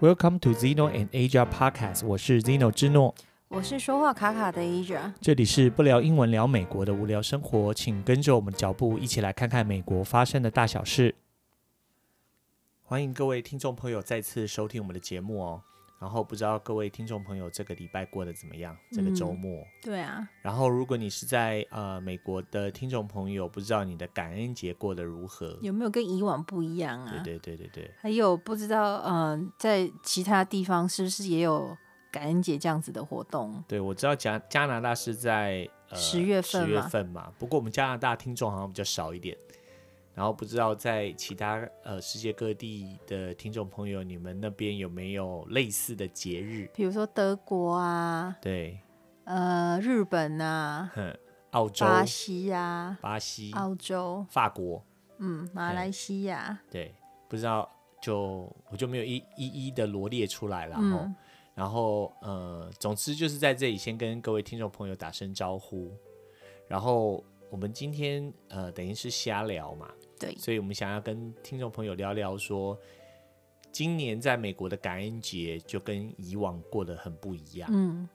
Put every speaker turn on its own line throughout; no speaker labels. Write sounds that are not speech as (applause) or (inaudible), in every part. Welcome to Zeno and Asia Podcast，我是 Zeno 之诺，
我是说话卡卡的 Asia。
这里是不聊英文聊美国的无聊生活，请跟着我们脚步一起来看看美国发生的大小事。欢迎各位听众朋友再次收听我们的节目哦。然后不知道各位听众朋友这个礼拜过得怎么样？这个周末。
对啊，
然后如果你是在呃美国的听众朋友，不知道你的感恩节过得如何？
有没有跟以往不一样啊？
对对对对对，
还有不知道，嗯、在其他地方是不是也有感恩节这样子的活动？
对我知道加加拿大是在呃
10月份
10月
嘛
份嘛，不过我们加拿大听众好像比较少一点。然后不知道在其他呃世界各地的听众朋友，你们那边有没有类似的节日？
比如说德国啊，
对，
呃，日本啊，
哼，澳洲、
巴西啊，
巴西、
澳洲，
法国，
嗯，马来西亚，
对，不知道就我就没有一一一的罗列出来了。
嗯
吼然后呃，总之就是在这里先跟各位听众朋友打声招呼。然后我们今天呃等于是瞎聊嘛，
对，
所以我们想要跟听众朋友聊聊说，今年在美国的感恩节就跟以往过得很不一样。
嗯。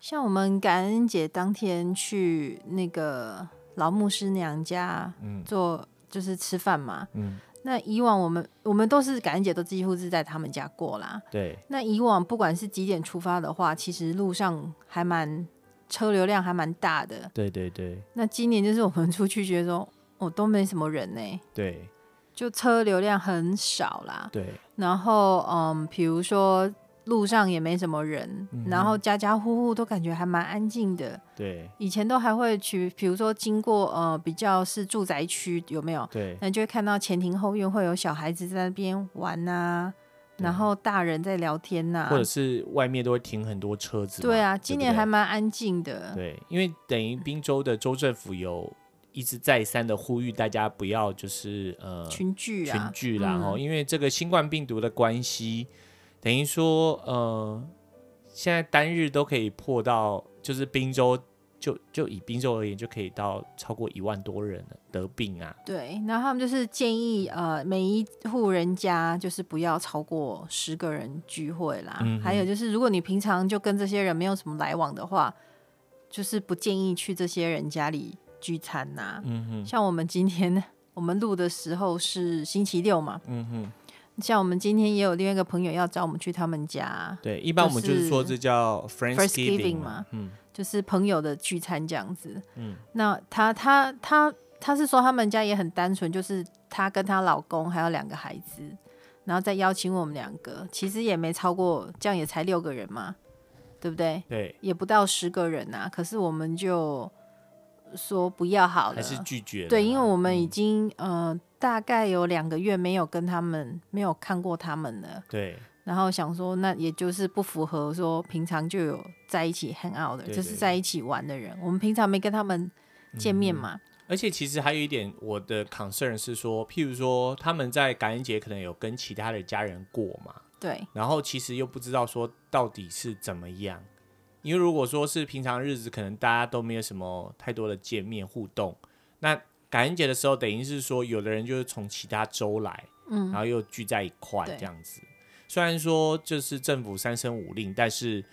像我们感恩节当天去那个老牧师娘家
嗯
做，就是吃饭嘛。
嗯，
那以往我们我们都是感恩节都几乎是在他们家过啦。
对
那以往不管是几点出发的话，其实路上还蛮车流量还蛮大的。
对对对
那今年就是我们出去觉得说， (laughs) 哦都没什么人呢、
对
就车流量很少啦。
对
然后嗯，比如说路上也没什么人，
嗯
然后家家户户都感觉还蛮安静的。
对
以前都还会去，比如说经过呃比较是住宅区有没有？ (laughs)
对
那就会看到前庭后院会有小孩子在那边玩呐、
对啊
然后大人在聊天呐、
或者是外面都会停很多车子嘛。
对啊，
不
今年
对
还蛮安静的。
对，因为等于宾州的州政府有一直再三的呼吁大家不要就是呃
群聚啊
群，聚啦，
嗯
哦、因为这个新冠病毒的关系，等于说呃，现在单日都可以破到，就是宾州就就以宾州而言，就可以到超过一万多人了得病啊，
对，然后他们就是建议呃，每一户人家就是不要超过十个人聚会啦。
嗯哼
还有就是，如果你平常就跟这些人没有什么来往的话，就是不建议去这些人家里聚餐呐、
嗯哼，
像我们今天 (laughs) 我们录的时候是星期六嘛，
嗯哼，
像我们今天也有另外一个朋友要找我们去他们家，
对，一般我们就是说
就是
这叫
Friendsgiving
Friendsgiving
嘛
嘛，嗯
就是朋友的聚餐这样子。
嗯，
那她她她她是说他们家也很单纯，就是她跟她老公还有两个孩子，然后再邀请我们两个，其实也没超过，这样也才六个人嘛，对不对？
对，
也不到十个人呐、可是我们就说不要好
还
了，
是拒绝了
对，因为
啦嗯
我们已经、呃大概有两个月没有跟他们没有看过他们了。
对
然后想说，那也就是不符合说平常就有在一起 hang out 的，
对
就是
对嗯
在一起玩的人。我们平常没跟他们见面嘛，
而且其实还有一点，我的 concern 是说，譬如说他们在感恩节可能有跟其他的家人过嘛，
对
然后其实又不知道说到底是怎么样，因为如果说是平常日子，可能大家都没有什么太多的见面互动，那感恩节的时候，等于是说有的人就是从其他州来，
嗯
然后又聚在一块
对
这样子。虽然说就是政府三申五令，但是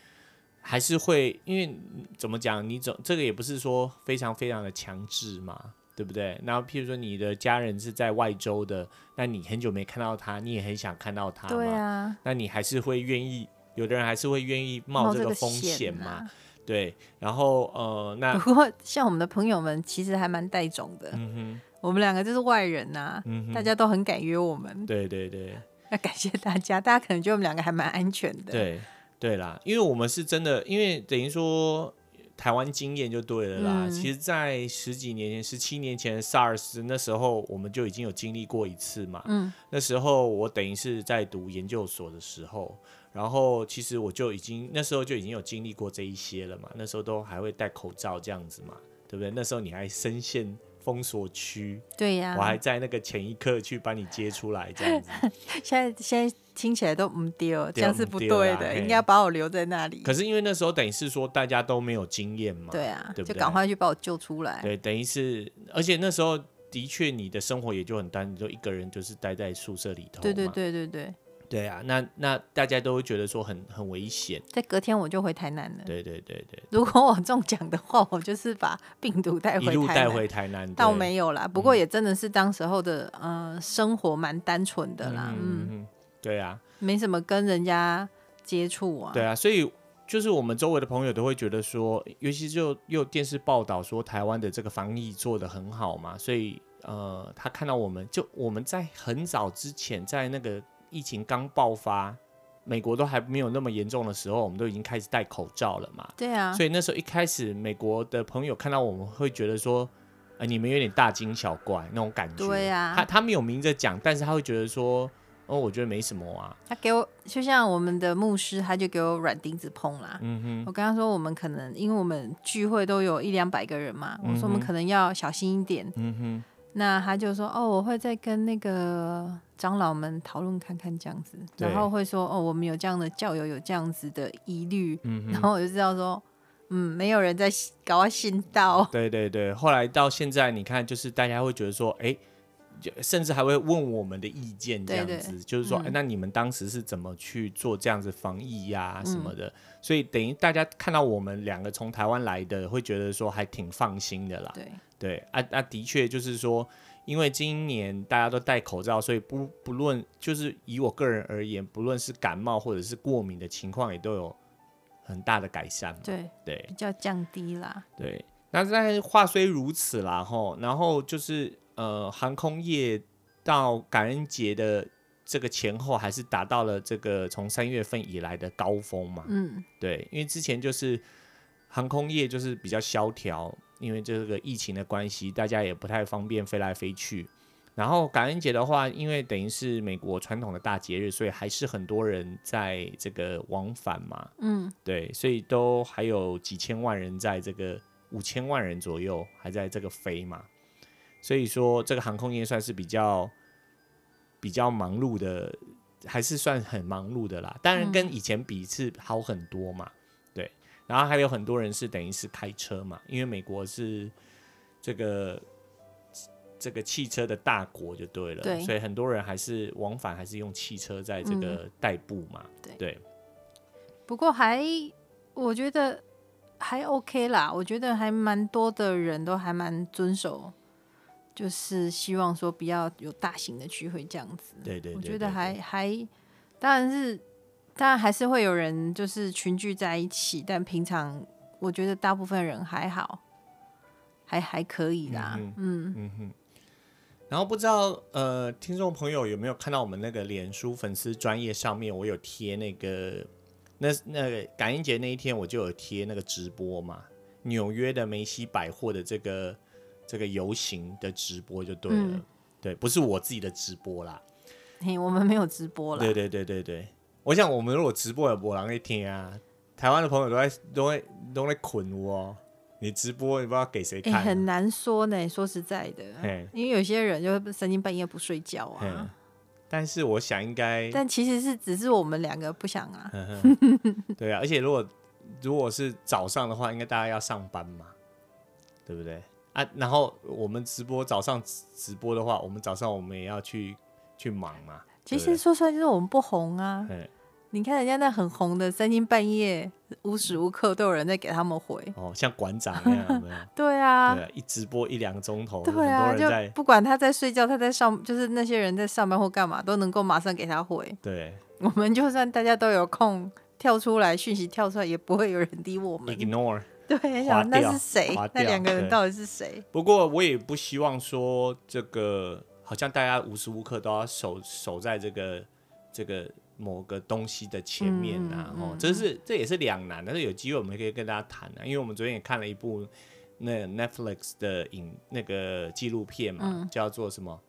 还是会因为嗯怎么讲，你总这个也不是说非常非常的强制嘛，对不对？然后譬如说你的家人是在外州的，那你很久没看到他，你也很想看到他
对
嘛，
啊，
那你还是会愿意，有的人还是会愿意
冒
冒这个风险
险
嘛，
啊。
对。然后呃，那
(laughs) 不过像我们的朋友们其实还蛮带种的，
嗯哼，
我们两个就是外人呐、
嗯哼，
大家都很敢约我们，
对对对。
要感谢大家。大家可能觉得我们两个还蛮安全的，
对对啦，因为我们是真的，因为等于说台湾经验就对了啦。
嗯
其实，在十几年前、十七年前的 SARS 那时候，我们就已经有经历过一次嘛。
嗯，
那时候我等于是在读研究所的时候，然后其实我就已经那时候就已经有经历过这一些了嘛。那时候都还会戴口罩这样子嘛，对不对？那时候你还深陷封锁区，
对呀、
我还在那个前一刻去把你接出来这样
(laughs)
子。
现在现在听起来都唔丢，这样是不
唔对
对
啦
的，
嘿
应该要把我留在那里。
可是因为那时候等于是说大家都没有经验嘛，
对啊，
对不
就
对
赶快去把我救出来。
对，等于是，而且那时候的确你的生活也就很单，你就一个人就是待在宿舍里头嘛。
对对对对对，
对啊，那那大家都会觉得说很很危险，
在隔天我就回台南了。
对对对对，
(laughs) 如果我中奖的话，我就是把病毒带回
一路
台
带
南
回台南，
倒
对嗯
没有啦，不过也真的是当时候的呃生活蛮单纯的啦，嗯，
嗯，对啊，
没什么跟人家接触啊。
对啊，所以就是我们周围的朋友都会觉得说，尤其就又电视报道说台湾的这个防疫做得很好嘛，所以呃，他看到我们就我们在很早之前，在那个疫情刚爆发，美国都还没有那么严重的时候，我们都已经开始戴口罩了嘛，
对啊，
所以那时候一开始美国的朋友看到我们会觉得说。呃，你们有点大惊小怪那种感觉。
对啊
他他没有明着讲，但是他会觉得说，哦，我觉得没什么啊。
他给我就像我们的牧师，他就给我软钉子碰啦。
嗯哼，
我跟他说，我们可能因为我们聚会都有一两百个人嘛，我说我们
嗯哼
可能要小心一点。
嗯哼。
那他就说，哦，我会再跟那个长老们讨论看看这样子，
对
然后会说，哦，我们有这样的教友有这样子的疑虑，
嗯
然后我就知道说，嗯，没有人在信搞我信道，
对对对，后来到现在，你看，就是大家会觉得说，哎，就甚至还会问我们的意见，这
对
样
对嗯
子，就是说、诶那你们当时是怎么去做这样子防疫呀、什
嗯
么的？所以等于大家看到我们两个从台湾来的，会觉得说还挺放心的啦。
对
对啊，那、的确就是说，因为今年大家都戴口罩，所以不不论就是以我个人而言，不论是感冒或者是过敏的情况，也都有很大的改善嘛。
对，
对，
比较降低啦，
对，那但话虽如此啦，吼，然后就是呃，航空业到感恩节的这个前后，还是达到了这个从三月份以来的高峰嘛。
嗯，
对，因为之前就是航空业就是比较萧条，因为这个疫情的关系，大家也不太方便飞来飞去。然后感恩节的话，因为等于是美国传统的大节日，所以还是很多人在这个往返嘛。
嗯，
对，所以都还有几千万人在这个五千万人左右还在这个飞嘛。所以说，这个航空业算是比较比较忙碌的，还是算很忙碌的啦。当然，
嗯
跟以前比是好很多嘛。对，然后还有很多人是等于是开车嘛，因为美国是这个这个汽车的大国就对了，
对嗯
所以很多人还是往返还是用汽车在这个代步嘛。
对
对，
不过还我觉得还 OK 啦，我觉得还蛮多的人都还蛮遵守，就是希望说不要有大型的聚会这样子，
对对对
我觉
对
得
对
还还当然是当然还是会有人就是群聚在一起，但平常我觉得大部分人还好，还还可以啦，
嗯
嗯
嗯哼。然后不知道呃，听众朋友有没有看到我们那个脸书粉丝专业上面，我有贴那个那那个感恩节那一天，我就有贴那个直播嘛，纽约的梅西百货的这个这个游行的直播就对了，
嗯
对，不是我自己的直播啦，
嘿，我们没有直播啦，
对对对对对，我想我们如果直播有博人会听啊，台湾的朋友都在都在都在捆我哦，你直播也不知道给谁
哎、
看啊、
很难说呢。说实在的
嘿，
因为有些人就是三更半夜不睡觉
嗯
啊。，
但是我想应该
但其实是只是我们两个不想啊。
嗯对啊，而且如果如果是早上的话，应该大家要上班嘛，对不对啊？然后我们直播早上直直播的话，我们早上我们也要去去忙嘛。
其
对
实
不
说出来就是我们不红啊。
对，嗯
你看人家那很红的，三更半夜无时无刻都有人在给他们回。
哦，像馆长那样，有没有？
对 (laughs) 啊
对，啊，一直播一两个钟头，
对啊，
很多人
就
在
不管他在睡觉，他在上，就是那些人在上班或干嘛，都能够马上给他回。
对
我们就算大家都有空跳出来，讯息跳出来，也不会有人理我们。
ignore。
对，想
掉
那是谁
划？
那
掉
两个人
对
到底是谁？
不过我也不希望说这个，好像大家无时无刻都要守守在这个这个某个东西的前面啊，
嗯嗯
哦，这是这也是两难，但是有机会我们可以跟大家谈啊，因为我们昨天也看了一部那 Netflix 的影那个纪录片嘛，
嗯
叫做什么？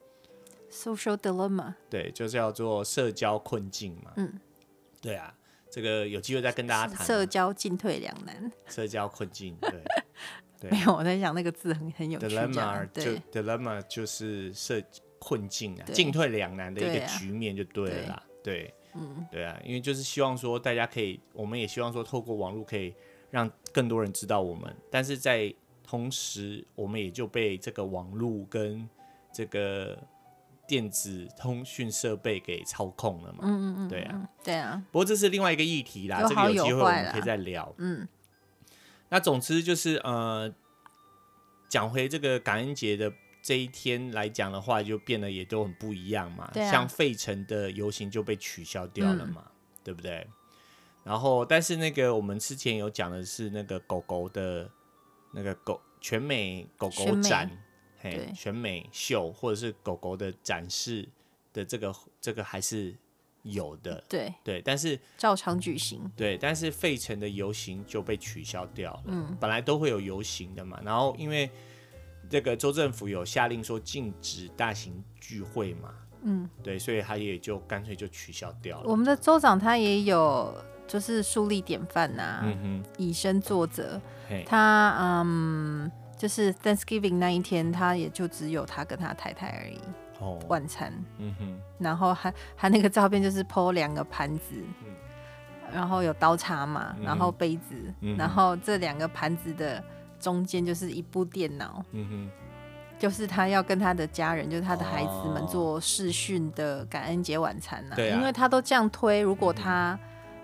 social dilemma，
对，就叫做社交困境嘛。
嗯，
对啊，这个有机会再跟大家谈啊
社交进退两难。
社交困境，对。对
(laughs) 没有，我在想那个字很很有趣，这
dilemma
样
就
对
dilemma 就是设困境啊，
对
进退两难的一
对
个
啊
局面就对了
对
啦。对，嗯，对啊，因为就是希望说大家可以，我们也希望说透过网络可以让更多人知道我们，但是在同时我们也就被这个网络跟这个电子通讯设备给操控了嘛。
嗯嗯嗯，
对啊
嗯，对啊，
不过这是另外一个议题啦，
有
这个
好
有
有
机会我
坏
们可以
啦
再聊。
嗯
那总之就是呃，讲回这个感恩节的这一天来讲的话，就变得也都很不一样嘛。
对啊嗯
像费城的游行就被取消掉了嘛，对不对？然后，但是那个我们之前有讲的是那个狗狗的那个狗全美狗狗
选美
展，嘿
对，
全美秀或者是狗狗的展示的这个这个还是有的，
对，
对，但是
照常举行。
对，但是费城的游行就被取消掉了。
嗯
本来都会有游行的嘛，然后因为这个州政府有下令说禁止大型聚会嘛，
嗯，
对，所以他也就干脆就取消掉了。
我们的州长他也有就是树立典范呐、
嗯哼，
以身作则。
嘿，
他嗯，就是 Thanksgiving 那一天，他也就只有他跟他太太而已，
哦，
晚餐。
嗯哼，
然后还还那个照片就是 PO 两个盘子，
嗯
然后有刀叉嘛，
嗯哼
然后杯子，
嗯哼
然后这两个盘子的中间就是一部电脑，
嗯哼，
就是他要跟他的家人，就是他的孩子
哦
们做视讯的感恩节晚餐呐、
对啊嗯
因为他都这样推，如果他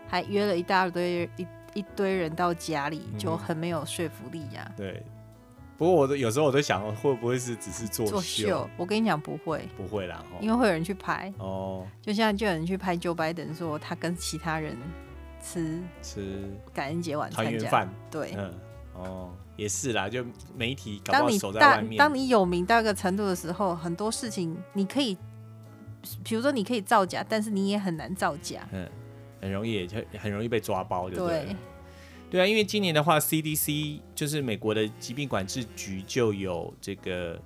还约了一大堆一一堆人到家里，
嗯
就很没有说服力啊呀、
对。不过我都有时候我都想，会不会是只是嗯作
作秀，我跟你讲不会，
不会啦，
因
哦，
为会有人去拍，
哦，
就现在就有人去拍 Joe Biden 说他跟其他人吃
吃
感恩节晚餐
团圆
这样。
饭，
对，
嗯，哦，也是啦，就媒体搞不
当
好
你
守在外
大
面，
当你有名到一个程度的时候，很多事情你可以，比如说你可以造假，但是你也很难造假。
很容易也就很容易被抓包，对不对？
对，
对啊，因为今年的话，CDC 就是美国的疾病管制局就有这个，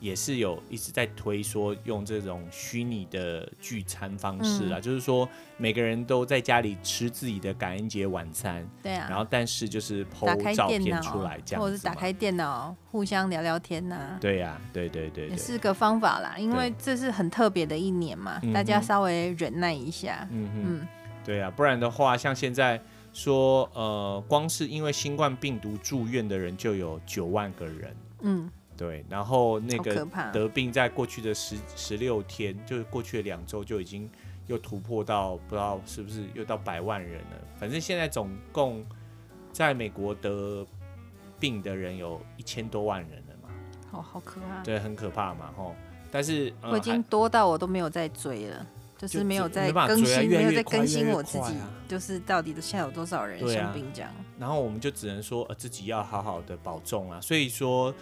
也是有一直在推说用这种虚拟的聚餐方式啊，
嗯
就是说每个人都在家里吃自己的感恩节晚餐，
对啊。
然后但是就是
打
PO
开
照
电
片
脑
出来这，样
或
子
者
嘛
是打开电脑互相聊聊天呐、
对呀、对对对
也
对，
是个方法啦。因为
对
这是很特别的一年嘛
嗯哼，
大家稍微忍耐一下。
嗯哼，
嗯，
对啊，不然的话，像现在说呃，光是因为新冠病毒住院的人就有九万个人，
嗯，
对，然后那
好
个
可怕。
得病在过去的十十六天，就是过去的两周就已经又突破到不知道是不是又到百万人了。反正现在总共在美国得病的人有一千多万人了嘛，
哦，好可怕。
对，很可怕嘛，吼。但是、呃、
我已经
还
多到我都没有在追了，就是没有在
没办法
更
追啊
新，
越来
没有
越
在
快
更
越来
新
越
我自
快
己
啊，
就是到底现在有多少人
对啊
生病这样。
然后我们就只能说呃自己要好好的保重啊。所以说，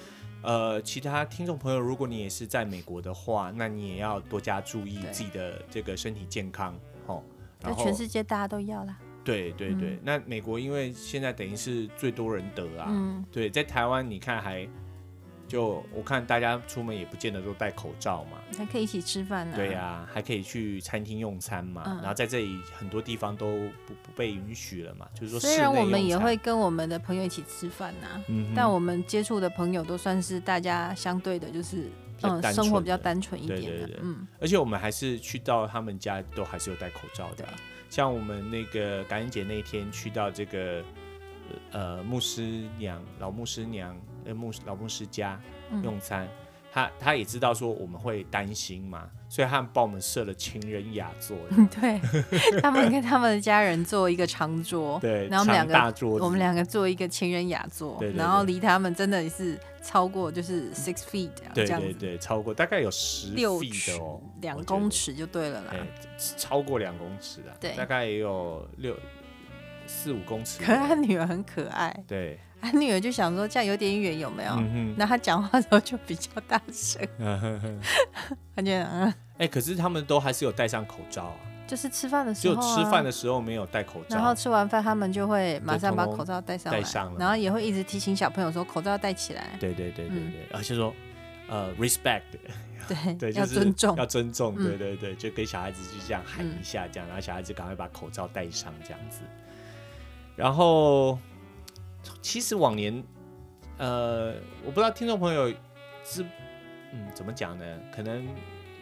呃，其他听众朋友，如果你也是在美国的话，那你也要多加注意
对
自己的这个身体健康，吼。
那
然后
全世嗯界大家都要啦。
对对对，那美国因为现在等于是最多人得啊，
嗯，
对，在台湾你看还就我看大家出门也不见得都戴口罩嘛，
还可以一起吃饭呢。啊
对啊呀、还可以去餐厅用餐嘛，
嗯
然后在这里很多地方都不不被允许了嘛，就是说室
虽
内
然我们
用
也
餐
会，跟我们的朋友一起吃饭呐，
嗯哼，
但我们接触的朋友都算是大家相对的，就是
较
嗯
单
生活
纯
比较
的
单纯一
对
点
对
的
对，
嗯， (laughs)
而且我们还是去到他们家都还是有戴口罩的啊、像我们那个感恩节那一天去到这个呃牧师娘老牧师娘呃牧老牧师家
嗯
用餐，他他也知道说我们会担心嘛，所以他帮我们设了情人雅座，
(laughs) 对，他们跟他们的家人做一个长桌，
对，
然后我们
长
两
大
个。
桌子，
我们两个做一个情人雅座，
对对对
然后离他们真的是超过就是 six feet 啊
对
这样
对
子，
对，超过大概有十
六
feet
尺
的哦，
两
我觉得
公，尺就对了啦。
哎，超过两公尺的，
对
大概也有六四五公尺，
可是他女儿很可爱，
对，
他女儿就想说这样有点远有没有？
嗯哼
那他讲话的时候就比较大声，
(laughs) 嗯哼哼。
他就嗯，
哎、可是他们都还是有戴上口罩啊，
就是吃饭的时
只
候、
有
啊，
吃饭的时候没有戴口罩。
然后吃完饭他们就会马上把
就通通
口罩戴上来，
戴上了
然后也会一直提醒小朋友说口罩要戴起来，
对对对对
嗯
对，而且说呃 respect， (laughs)
对，
对，就
要
是
尊重，
要尊重，
嗯
对对对，就跟小孩子就这样喊
嗯
一下，这样，然后小孩子赶快把口罩戴上，这样子。然后其实往年，呃，我不知道听众朋友是嗯怎么讲呢？可能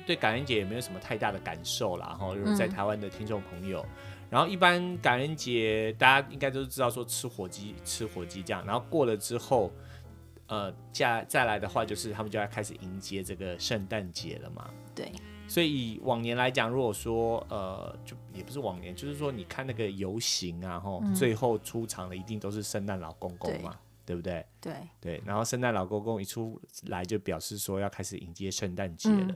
对感恩节也没有什么太大的感受啦。然后如果在
嗯
台湾的听众朋友，然后一般感恩节大家应该都知道说吃火鸡，吃火鸡这样，然后过了之后。呃，再再来的话，就是他们就要开始迎接这个圣诞节了嘛。
对，
所以以往年来讲，如果说呃，就也不是往年，就是说你看那个游行啊，吼，最后出场的一定都是圣诞老公公嘛，对不对？
对，
对，然后圣诞老公公一出来就表示说要开始迎接圣诞节
嗯
了，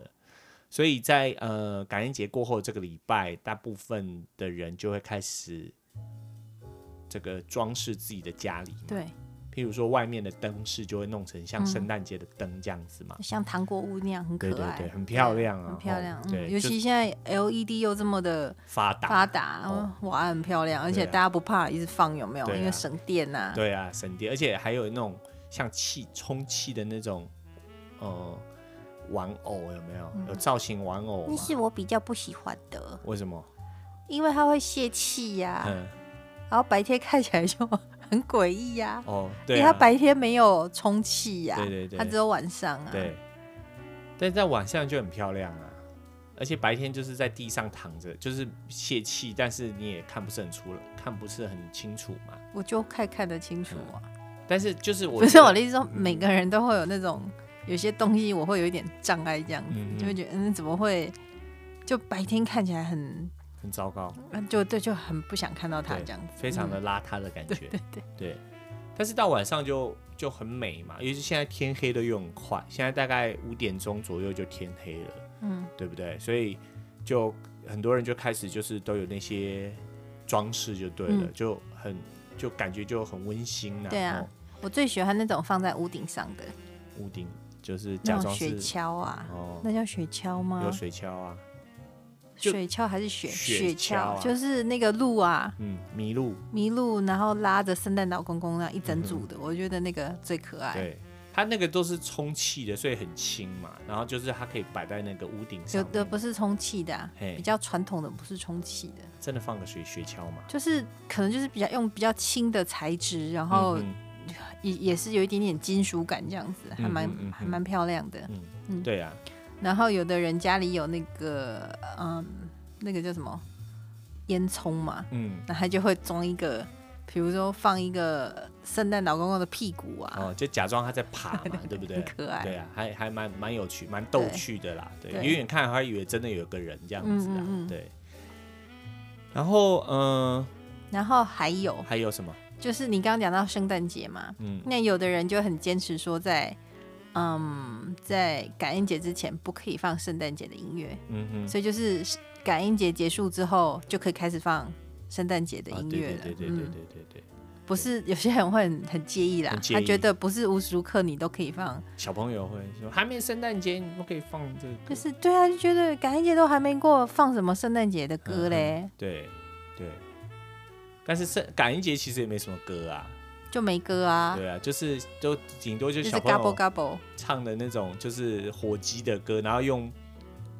所以在呃感恩节过后这个礼拜，大部分的人就会开始这个装饰自己的家里嘛，
对，
譬如说外面的灯饰就会弄成像圣诞节的灯这样子嘛，
像糖果屋那样很
对
可
对
爱，
对，很漂亮啊，
很漂亮
哦。
嗯
对，
尤
就
其现在 LED 又这么的
发达，
发达，
哦
嗯哇，很漂亮，而且
对啊
大家不怕一直放，有没有？
对啊
因为省电呐。
对啊，省电，而且还有那种像气充气的那种，呃，玩偶有没有？有造型玩偶吗？
那嗯是我比较不喜欢的，
为什么？
因为它会泄气呀，
嗯，
然后白天看起来就很诡异呀，
哦，
因
对
为
啊，
它白啊天没有充气呀
对，对对，
它只有晚上啊。
对，但在晚上就很漂亮啊，而且白天就是在地上躺着，就是泄气，但是你也看不是很出来，看不是很清楚嘛。
我就看看得清楚啊。
但是就是嗯我
不
觉
是
得嗯
我的意思说，每个人都会有那种有些东西，我会有一点障碍，这样子、
嗯嗯
就会觉得嗯，怎么会就白天看起来很
很糟糕，
嗯就对，就很不想看到他
对
这样子，
非常
嗯
的邋遢的感觉。
对对
对，但是到晚上就就很美嘛，尤其现在天黑的又很快，现在大概五点钟左右就天黑了，
嗯，
对不对？所以就很多人就开始就是都有那些装饰就对了，
嗯
就很就感觉就很温馨啊。
对啊
哦，
我最喜欢那种放在屋顶上的
屋顶就是假装
那种雪
是
橇啊，
哦，
那叫雪橇吗
有？水橇啊，就
雪橇还是雪
雪橇啊
就是那个鹿啊，
嗯，麋鹿，
麋鹿，然后拉着圣诞老公公那一整组的，我觉得那个最可爱。
嗯对。它那个都是充气的，所以很轻嘛。然后就是它可以摆在那个屋顶上
有
面，
的不是充气的、啊，
嘿
比较传统的不是充气的。
真的放个水雪橇嘛。
就是可能就是比较用比较轻的材质，然后
嗯
也也是有一点点金属感这样子，还蛮
嗯嗯嗯
还蛮漂亮的。
嗯嗯，对啊，
然后有的人家里有那个嗯，那个叫什么烟囱嘛，
嗯，
那他就会装一个，比如说放一个圣诞老公公的屁股啊，
哦，就假装他在爬
(laughs)
嘛，对不对
很？可爱。
对啊，还还蛮蛮有趣，蛮逗趣的啦。对，
对
远远看还以为真的有个人这样子啊。
嗯嗯嗯
对。然后，嗯、
然后还有
还有什么？
就是你刚刚讲到圣诞节嘛，
嗯，
那有的人就很坚持说在嗯在感恩节之前不可以放圣诞节的音乐。
嗯哼，
所以就是感恩节结束之后，就可以开始放圣诞节的
啊，
音
对
乐
对
了。
对对对
嗯，
对对对，
不是有些人会很很介意啦
很，介意
他觉得不是无时无刻你都可以放，
小朋友会说还没圣诞节，你不可以放这个歌。
就是对啊，就觉得感恩节都还没过，放什么圣诞节的
嗯
歌嘞，
对对。但是圣感恩节其实也没什么歌啊，
就没歌啊，
对啊，就是都顶多就
就是是
小朋
gobble
友
gobble，
唱的那种就是火鸡的歌，然后用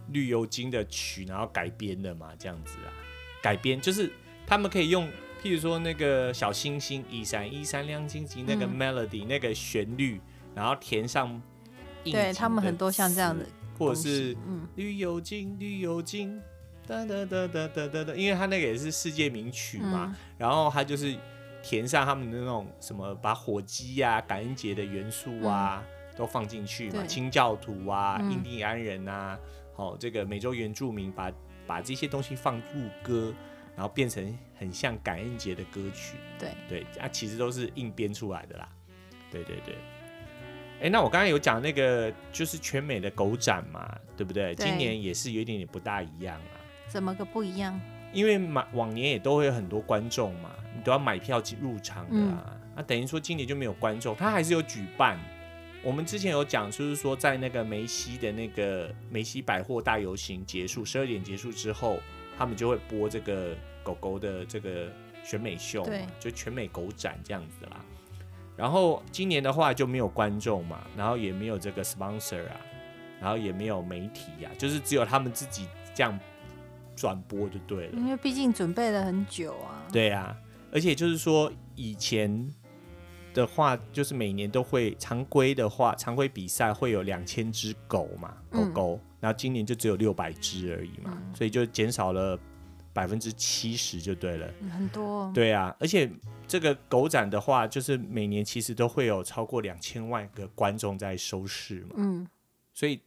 绿油精的曲，然后改编的嘛，这样子啊，改编就是他们可以用，譬如说那个小星星一闪一闪亮晶晶那个
嗯
melody、那个旋律，然后填上应景
对
的
他们很多像这样的
词，，或者
东
是
西嗯
绿油精绿油精。哒哒哒哒哒哒哒，因为他那个也是世界名曲嘛，
嗯
然后他就是填上他们的那种什么，把火鸡呀、感恩节的元素啊、都放进去嘛，
嗯对
清教徒啊、
嗯
印第安人啊，好、这个美洲原住民把把这些东西放入歌，然后变成很像感恩节的歌曲，
对，
对，啊，其实都是硬编出来的啦，对对对。哎，那我刚刚有讲那个就是全美的狗展嘛，对不对？
对
今年也是有一点点不大一样啊。
怎么个不一样？
因为买往年也都会有很多观众嘛，你都要买票进入场的啊。那、等于说今年就没有观众，他还是有举办。我们之前有讲，就是说在那个梅西的那个梅西百货大游行结束，十二点结束之后，他们就会播这个狗狗的这个选美秀嘛
对，
就全美狗展这样子啦。然后今年的话就没有观众嘛，然后也没有这个 sponsor 啊，然后也没有媒体啊，就是只有他们自己这样转播就对了。
因为毕竟准备了很久啊，
对啊，而且就是说以前的话，就是每年都会常规的话，常规比赛会有两千只狗嘛，狗
嗯
狗，然后今年就只有六百只而已嘛，所以就减少了百分之七十就对了。
嗯很多哦、
对啊，而且这个狗展的话，就是每年其实都会有超过两千万个观众在收视嘛，
嗯，
所以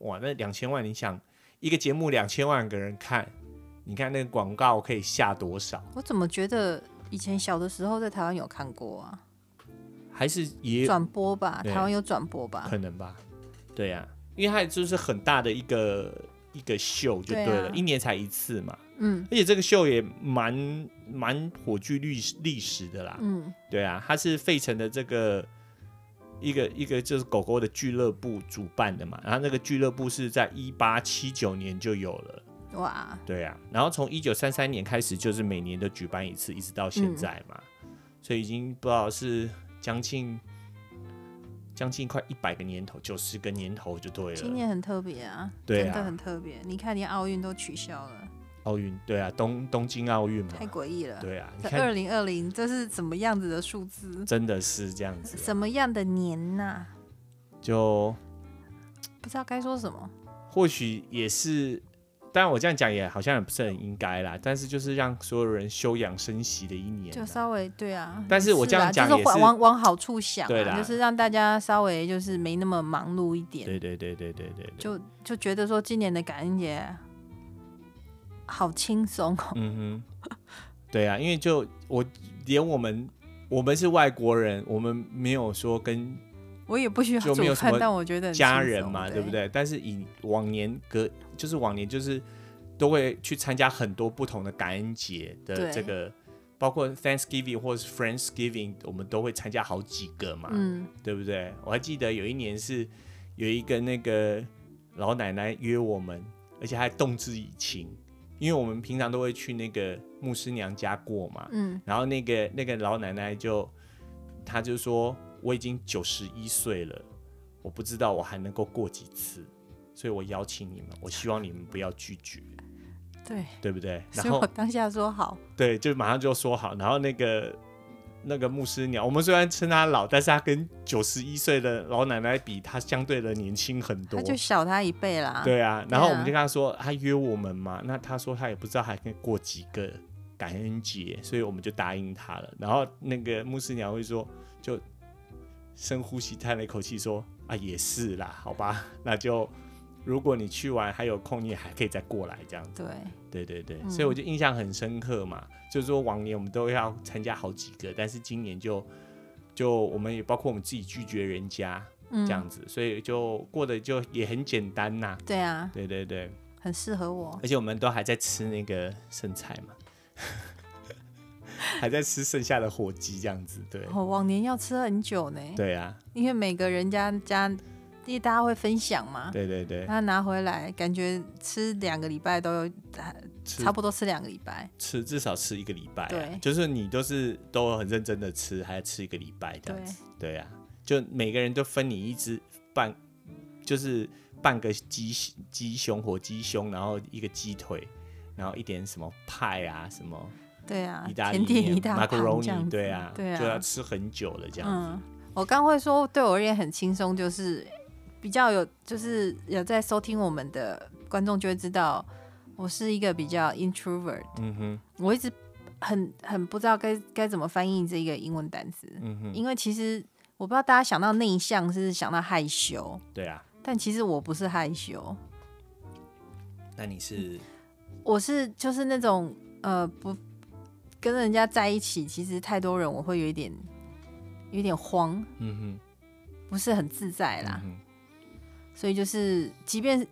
哇，那两千万，你想一个节目两千万个人看，你看那个广告可以下多少？
我怎么觉得以前小的时候在台湾有看过啊？
还是也有
转播吧，
对
台湾有转播吧
可？能吧？对啊，因为它就是很大的一个一个秀就对了，
对啊
一年才一次嘛，
嗯
而且这个秀也蛮蛮颇具历史历史的啦，
嗯，
对啊，它是费城的这个一个一个就是狗狗的俱乐部主办的嘛，然后那个俱乐部是在一八七九年就有了，
哇，
对啊，然后从一九三三年开始就是每年都举办一次，一直到现在嘛，所以已经不知道是将近将近快一百个年头，九十个年头就对
今
了。
年很特别啊，
对啊
真的很特别。你看，连奥运都取消了，
奥运对啊，东东京奥运嘛，
太诡异了。
对啊，你
这二
看
零二零这是什么样子的数字？
真的是这样子啊，
什么样的年呐、
就
不知道该说什么。
或许也是，当然我这样讲也好像也不是很应该啦，但是就是让所有人休养生息的一年
就
啦，
稍微对啊，
但是我这样
啦
讲
就
也
是
是
往往好处想、
对啦
啊，就是让大家稍微就是没那么忙碌一点，
对对对对对对对，
就就觉得说今年的感恩节好轻松哦， (laughs)
嗯哼，对啊，因为就我连我们我们是外国人，我们没有说跟
我也不需要
就
煮
没有什
饭
么，
但我觉得很轻松
家人嘛，对不？对？但是以往年隔就是往年就是都会去参加很多不同的感恩节的
对
这个。包括 Thanksgiving 或是 Friendsgiving，我们都会参加好几个嘛。
嗯，
对不对？我还记得有一年是有一个那个老奶奶约我们，而且还动之以情，因为我们平常都会去那个牧师娘家过嘛。
嗯，
然后那个那个老奶奶就，她就说我已经九十一岁了，我不知道我还能够过几次，所以我邀请你们，我希望你们不要拒绝，
对。
对不对？
所
然
以我
后
当下说好，
对，就马上就说好。然后那个那个牧师娘，我们虽然称她老，但是她跟九十一岁的老奶奶比，她相对的年轻很多
他。就小他一倍啦。，
对啊，然后我们
对啊
就跟她说，她约我们嘛，那她说她也不知道还可以过几个感恩节，所以我们就答应她了。然后那个牧师娘会说，就深呼吸，叹了一口气说：“啊，也是啦，好吧， (laughs) 那就如果你去完还有空，你也还可以再过来这样子。”对
对，
对对，所以我就印象很深刻嘛，就是说往年我们都要参加好几个，但是今年就就我们也包括我们自己拒绝人家
嗯，
这样子，所以就过得就也很简单呐、
对啊，
对对对，
很适合我。
而且我们都还在吃那个剩菜嘛， (laughs) 还在吃剩下的火鸡这样子，对
我、往年要吃很久呢，
对啊，
因为每个人家家，因为大家会分享嘛，
对对对，
他拿回来，感觉吃两个礼拜都有，
吃
差不多吃两个礼拜。
吃至少吃一个礼拜、啊，
对
就是你都是都很认真的吃，还要吃一个礼拜这
对
样子。对啊，就每个人都分你一只半，就是半个鸡鸡胸火鸡胸，然后一个鸡腿，然后一点什么派啊，什么
对啊，
意大利
甜点一
面、
大盘这样
macaroni，
子。
对啊，
对
就要
啊，
吃很久了这样子。
嗯，我刚会说对我而言很轻松，就是比较有，就是有在收听我们的观众就会知道，我是一个比较 introvert，
嗯哼，
我一直很很不知道该该怎么翻译这个英文单词，
嗯哼，
因为其实我不知道大家想到内向是想到害羞，
对啊，
但其实我不是害羞，
那你是
我是就是那种呃不跟人家在一起，其实太多人我会有一点有一点慌，
嗯
不是很自在
哼，
啦。
嗯
所以就是即便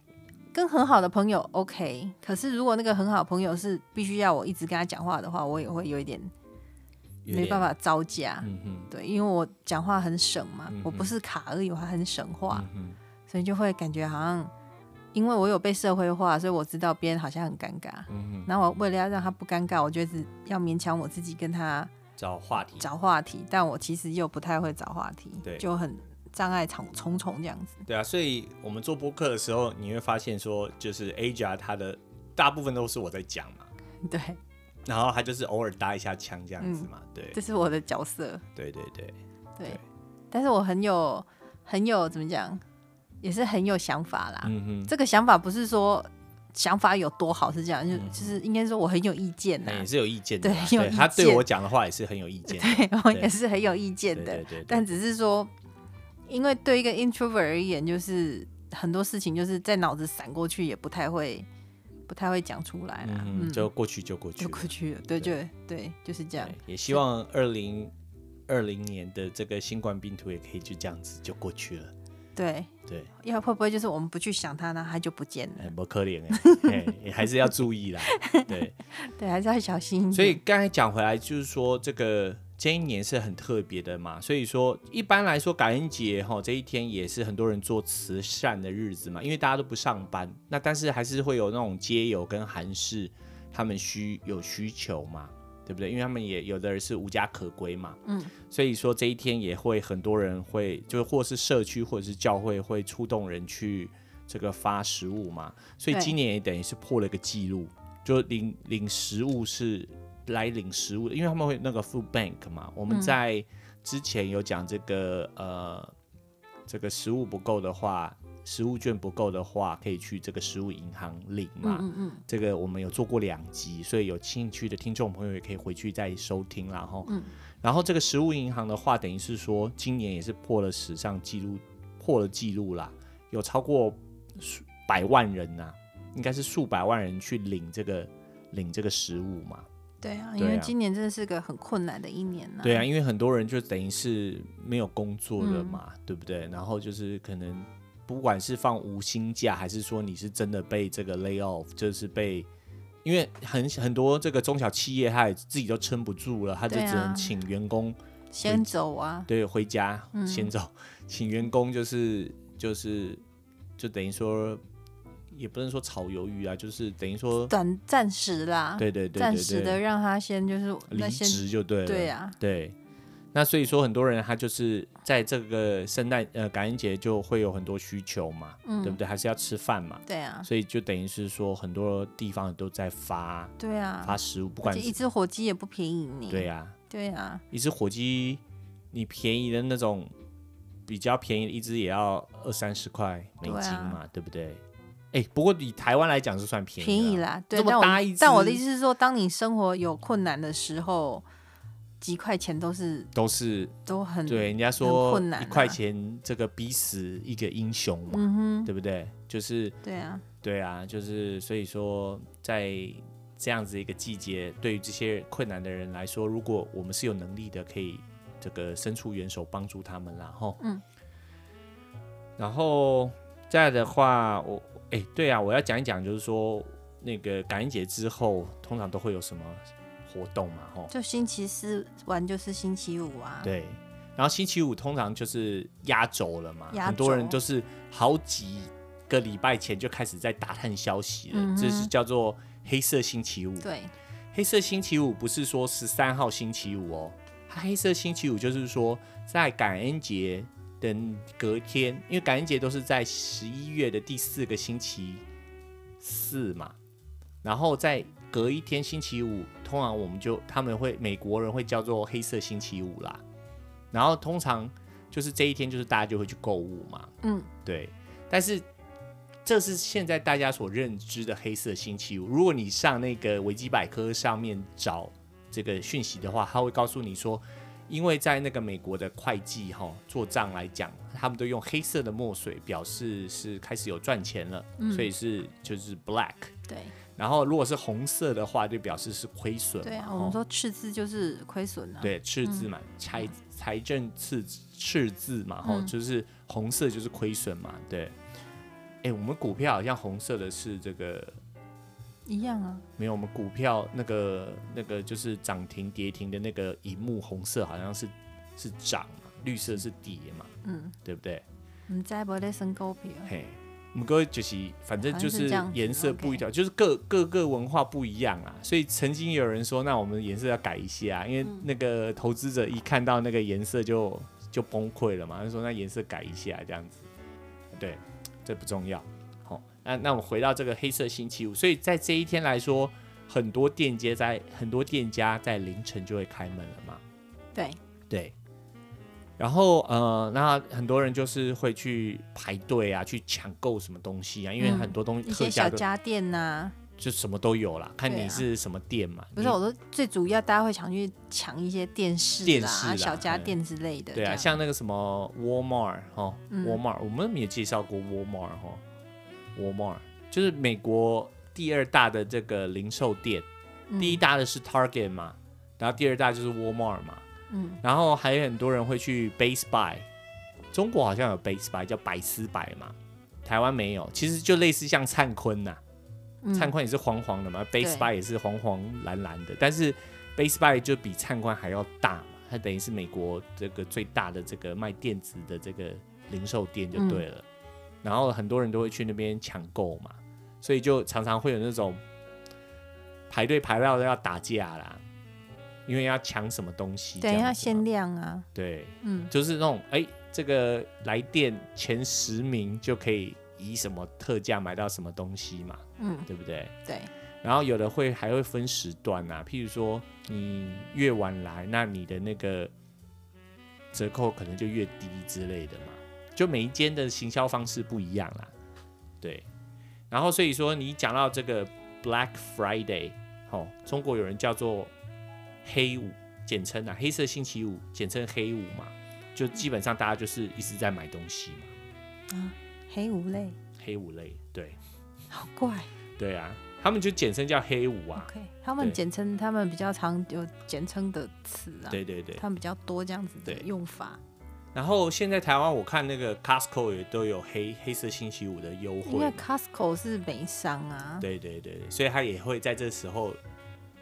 跟很好的朋友 OK，可是如果那个很好的朋友是必须要我一直跟他讲话的话，我也会有一点
哼
没办，法招架
有。点嗯
对，因为我讲话很省嘛，
嗯哼
我不是卡而已，我还很省话，
哼，嗯
所以就会感觉好像，因为我有被社会化，所以我知道别人好像很尴尬。
哼，嗯哼，
然后我为了要让他不尴尬，我就是要勉强我自己跟他
找话题，
找话题，但我其实又不太会找话题
对，
就很障碍重重重这样子。
对啊，所以我们做播客的时候，你会发现说，就是 Aja 他的大部分都是我在讲嘛，
对，
然后他就是偶尔搭一下腔这样子嘛，对
这是我的角色。
对对对，
对，
对
但是我很有很有怎么讲，也是很有想法啦。
嗯哼，
这个想法不是说想法有多好，是这样，就
嗯
就是应该说我很有意见呐、
那也是有意见的嘛，
啊对有
对
意
他对
见
我讲的话也是很有意见的，
(laughs) 对我
对
也是很有意见
对
的
对，对，
但只是说，因为对一个 introvert 而言，就是很多事情就是在脑子闪过去，也不太会，不太会讲出来啦。
嗯
嗯，
哼，就过去就过去
就
了，
过去了，对对对，就是这样
对。也希望二零二零年的这个新冠病毒也可以就这样子就过去了，
对，
对。
要会不会就是我们不去想它呢，它就不见了？
哎，不可怜哎、欸，也还是要注意啦。对，
对，还是要小心一点。
所以刚才讲回来，就是说这个这一年是很特别的嘛，所以说一般来说感恩节哈这一天也是很多人做慈善的日子嘛，因为大家都不上班，那但是还是会有那种街友跟韩式他们需有需求嘛，对不对？因为他们也有的人是无家可归嘛，嗯，所以说这一天也会很多人会就或是社区或者是教会会触动人去这个发食物嘛，所以
对
今年也等于是破了个记录，就领领食物是来领食物的，因为他们会那个 food bank 嘛，我们在之前有讲这个、呃这个食物不够的话。食物券不够的话，可以去这个食物银行领嘛。
嗯嗯，
这个我们有做过两集，所以有兴趣的听众朋友也可以回去再收听啦哈。然后这个食物银行的话，等于是说今年也是破了史上记录，破了记录啦，有超过数百万人呐、应该是数百万人去领这个领这个食物嘛。
对啊，
对
因为
啊
今年真的是个很困难的一年呢、
对啊，，因为很多人就等于是没有工作了
嗯
嘛，对不对？然后就是可能不管是放无薪假，还是说你是真的被这个 lay off，就是被。因为很很多这个中小企业，他也自己都撑不住了，他就
对
只
啊
能请员工
先走啊，
对，回家先走， (laughs) 请员工就是就是就等于说，也不能说炒鱿鱼啊，就是等于说，
短暂时啦，
对对对
啊暂
对
时的
对，
让他先就是那
离
先
职就对了，
对啊，
对那所以说很多人他就是在这个圣诞呃感恩节就会有很多需求嘛，
嗯
对不对？还是要吃饭嘛，
对啊，
所以就等于是说很多地方都在发
对啊，
发食物，不
而
管
且一
是
只火鸡也不便宜呢。
对呀、
对啊，
一只火鸡，你便宜的那种比较便宜的一只也要二三十块美
啊
金嘛，对不对？哎、不过以台湾来讲是算便宜，啊
便宜。啦，对。
这么
但
大一
我
只
但我的意思是说，当你生活有困难的时候，几块钱都是
都是
都嗯很
对人家
很
说
困难啊
一块钱这个逼死一个英雄嘛，对不对？就是
嗯对啊，
对啊，就是所以说，在这样子一个季节，对于这些困难的人来说，如果我们是有能力的，可以这个伸出援手帮助他们啦，吼。嗯。然后再来的话，我哎、对啊，我要讲一讲，就是说那个感恩节之后，通常都会有什么活动嘛，吼。
就星期四玩就是星期五啊，
对。然后星期五通常就是压轴了嘛，
压
很多人
轴
都是好几个礼拜前就开始在打探消息了，
嗯
这是
哼
叫做黑色星期五。
对
黑色星期五不是说十三号星期五哦，它黑色星期五就是说在感恩节的隔天，因为感恩节都是在十一月的第四个星期四嘛，然后在隔一天星期五，通常我们就他们会美国人会叫做黑色星期五啦，然后通常就是这一天就是大家就会去购物嘛，
嗯，
对，但是这是现在大家所认知的黑色星期五。如果你上那个维基百科上面找这个讯息的话，他会告诉你说，因为在那个美国的会计哈、做账来讲，他们都用黑色的墨水表示是开始有赚钱了，
嗯
所以是就是 black。
对
然后如果是红色的话，就表示是亏损嘛。
对啊，
吼
我们说赤字就是亏损啊，
哦对，赤字嘛，财财政赤字赤字嘛，吼，
嗯
就是红色就是亏损嘛，对。哎，我们股票好像红色的是这个，
一样啊，
没有，我们股票那个那个就是涨停跌停的那个荧幕红色好像是是涨嘛，绿色是跌嘛，
嗯，
对不对？
你再不得升高票，
嘿，我们各位就是反正就
好像是这样子
颜色不一样，就是各各个文化不一样啊。所以曾经有人说，那我们颜色要改一下，因为
嗯
那个投资者一看到那个颜色就就崩溃了嘛，就说那颜色改一下这样子。对，这不重要。好、那那我回到这个黑色星期五，所以在这一天来说，很多店街在很多店家在凌晨就会开门了嘛。
对，
对，然后呃，那很多人就是会去排队啊，去抢购什么东西啊，因为
嗯
很多东西
一
特
些
价嗯
小
都
家电呐、
就什么都有啦，看
对
你
啊
是什么店嘛。
不是，
你
我说最主要大家会想去抢一些电视啦、
电视啦
小家
嗯
电之类的。
对
这
啊，
样
像那个什么 Walmart 哈
嗯
，Walmart，、我们也介绍过 Walmart 哈，Walmart 就是美国第二大的这个零售店，
嗯
第一大的是 Target 嘛，然后第二大就是 Walmart 嘛，
嗯，
然后还有很多人会去 Base Buy，中国好像有 Base Buy 叫百思百嘛，台湾没有，其实就类似像灿坤呐、
嗯
灿坤也是黄黄的嘛，Base
对
Buy 也是黄黄蓝蓝的，但是 Base Buy 就比灿坤还要大嘛，它等于是美国这个最大的这个卖电子的这个零售店就对了。
嗯
然后很多人都会去那边抢购嘛，所以就常常会有那种排队排到要打架啦，因为要抢什么东西这
对，
样子嘛。
要限量啊，
对，
嗯，
就是那种哎、这个来电前十名就可以以什么特价买到什么东西嘛，
嗯，
对不对？
对，
然后有的会还会分时段啊，譬如说你越晚来，那你的那个折扣可能就越低之类的嘛。就每一间的行销方式不一样啦，对。然后所以说你讲到这个 Black Friday，哦，中国有人叫做黑五，简称啊黑色星期五，简称黑五嘛，就基本上大家就是一直在买东西嘛，
黑五类，
黑五类，对
好怪。
对啊，他们就简称叫黑五啊，
OK，他
对
们简称，他们比较常有简称的词啊，
对对对。
他们比较多这样子的
对
用法，
然后现在台湾我看那个 Costco 也都有黑黑色星期五的优
因为
惠，
Costco 是美商啊，
对对对，对所以他也会在这时候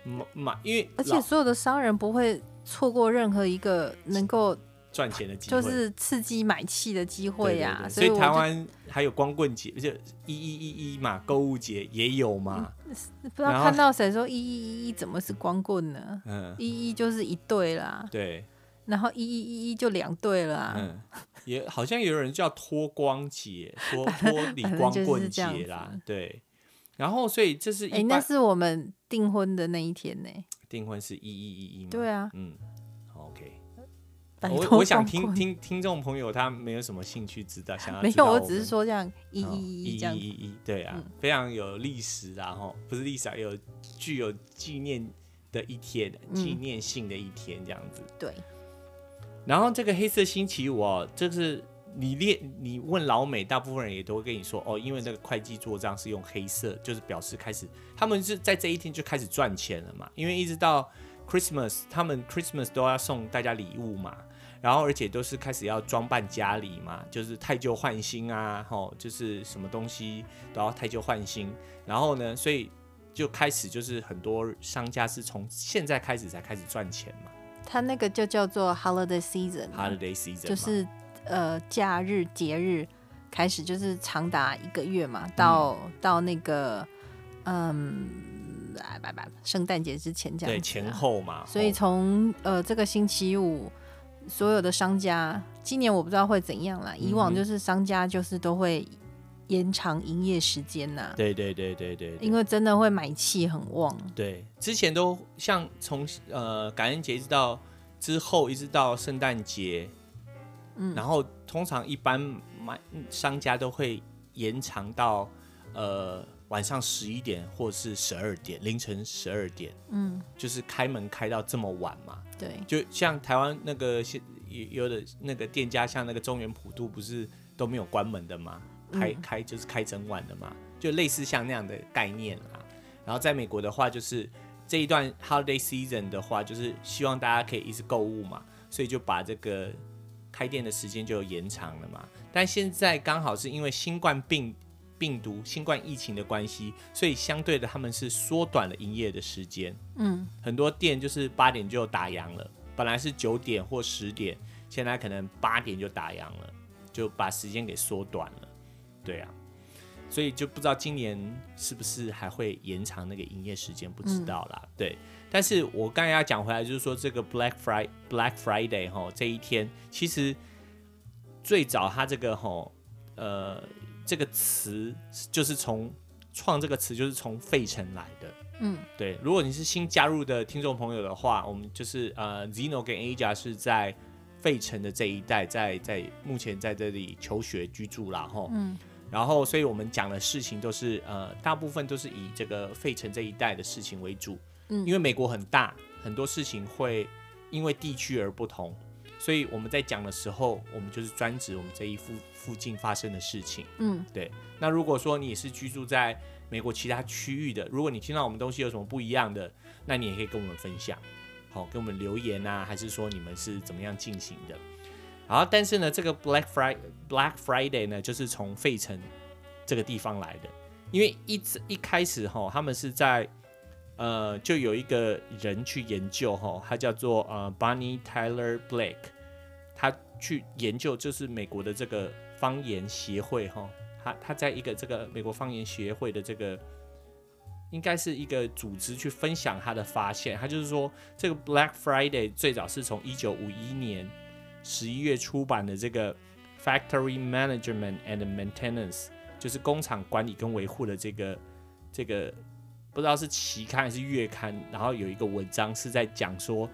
买买，因为
而且
老
所有的商人不会错过任何一个能够
赚钱的机
就
会
是刺激买气的机
对
会
对
啊，
对所
所以
以
我
台
就
湾还有光棍节，就一一一一嘛，购物节也有嘛，
不知道
然后
看到谁说一一一一怎么是光棍呢？
嗯，
一一就是一对啦，
对，
然后一一一一就两对啊啦，
嗯，也好像也有人叫脱光节，
(laughs)
脱脱离光棍节
反正就是这
啦
样，子
对。然后所以这是
哎、
一嗯
那
般、
是我们订婚的那一天呢、
订婚是一一一一嘛，
对啊，
嗯，OK。
拜托
我我想
光
听
棍
听听众朋友，他没有什么兴趣知道，想要
没
知
有，
道
我
我
只是
们
说这样一
哦
一一这样嗯
一一一，对啊，非常有历史啊，吼，不是历史啊，有具有纪念的一天，
嗯
纪念性的一天这样子。
对，
然后这个黑色星期五哦，就是你列你问老美，大部分人也都会跟你说哦，因为那个会计做账是用黑色，就是表示开始他们是在这一天就开始赚钱了嘛，因为一直到 Christmas，他们 Christmas 都要送大家礼物嘛。然后，而且都是开始要装扮家里嘛，就是太旧换新啊，吼、就是什么东西都要太旧换新。啊然后呢，所以就开始就是很多商家是从现在开始才开始赚钱嘛
它那个就叫做 holiday season，啊
，holiday season
就
嘛
是呃假日节日开始，就是长达一个月
嗯
嘛，到、到那个嗯，哎，拜拜，圣诞节之前这样
对
子啊
前后嘛，
所以
吼
从呃这个星期五，所有的商家，今年我不知道会怎样啦。
嗯
以往就是商家就是都会延长营业时间呐、
对对对对对对
因为真的会买气很旺。
对，之前都像从呃感恩节一直到之后，一直到圣诞节，嗯，然后通常一般买嗯商家都会延长到呃晚上十一点或是十二点，凌晨十二点，
嗯，
就是开门开到这么晚嘛，
对，
就像台湾那个现有有的那个店家，像那个中原普渡，不是都没有关门的吗？开开就是开整晚的嘛，就类似像那样的概念啦。然后在美国的话，就是这一段 holiday season 的话，就是希望大家可以一直购物嘛，所以就把这个开店的时间就延长了嘛。但现在刚好是因为新冠病病毒、新冠疫情的关系，所以相对的他们是缩短了营业的时间。
嗯，
很多店就是八点就打烊了，本来是九点或十点，现在可能八点就打烊了，就把时间给缩短了。对啊，所以就不知道今年是不是还会延长那个营业时间，不知道啦。对，但是我刚才要讲回来，就是说这个 Black Friday Black Friday 哈这一天，其实最早它这个哈呃这个词就是从创这个词就是从费城来的。对，如果你是新加入的听众朋友的话，我们就是呃，Zeno 跟 Aja 是在费城的这一带在在目前在这里求学居住啦，吼，嗯，然后所以我们讲的事情都是呃，大部分都是以这个费城这一带的事情为主，
嗯
因为美国很大，很多事情会因为地区而不同，所以我们在讲的时候，我们就是专指我们这一附附近发生的事情。
嗯，
对。那如果说你也是居住在美国其他区域的，如果你听到我们东西有什么不一样的，那你也可以跟我们分享，好、跟我们留言啊，还是说你们是怎么样进行的？好，但是呢，这个 Black Friday Black Friday 呢，就是从费城这个地方来的，因为一直一开始哈、他们是在呃，就有一个人去研究哈、他叫做呃 Bonnie Tyler Blake，他去研究就是美国的这个方言协会哈、他他在一个这个美国方言协会的这个应该是一个组织去分享他的发现，他就是说这个 Black Friday 最早是从一九五一年十一月出版的这个 Factory Management and Maintenance，就是工厂管理跟维护的这个这个不知道是期刊还是月刊，然后有一个文章是在讲说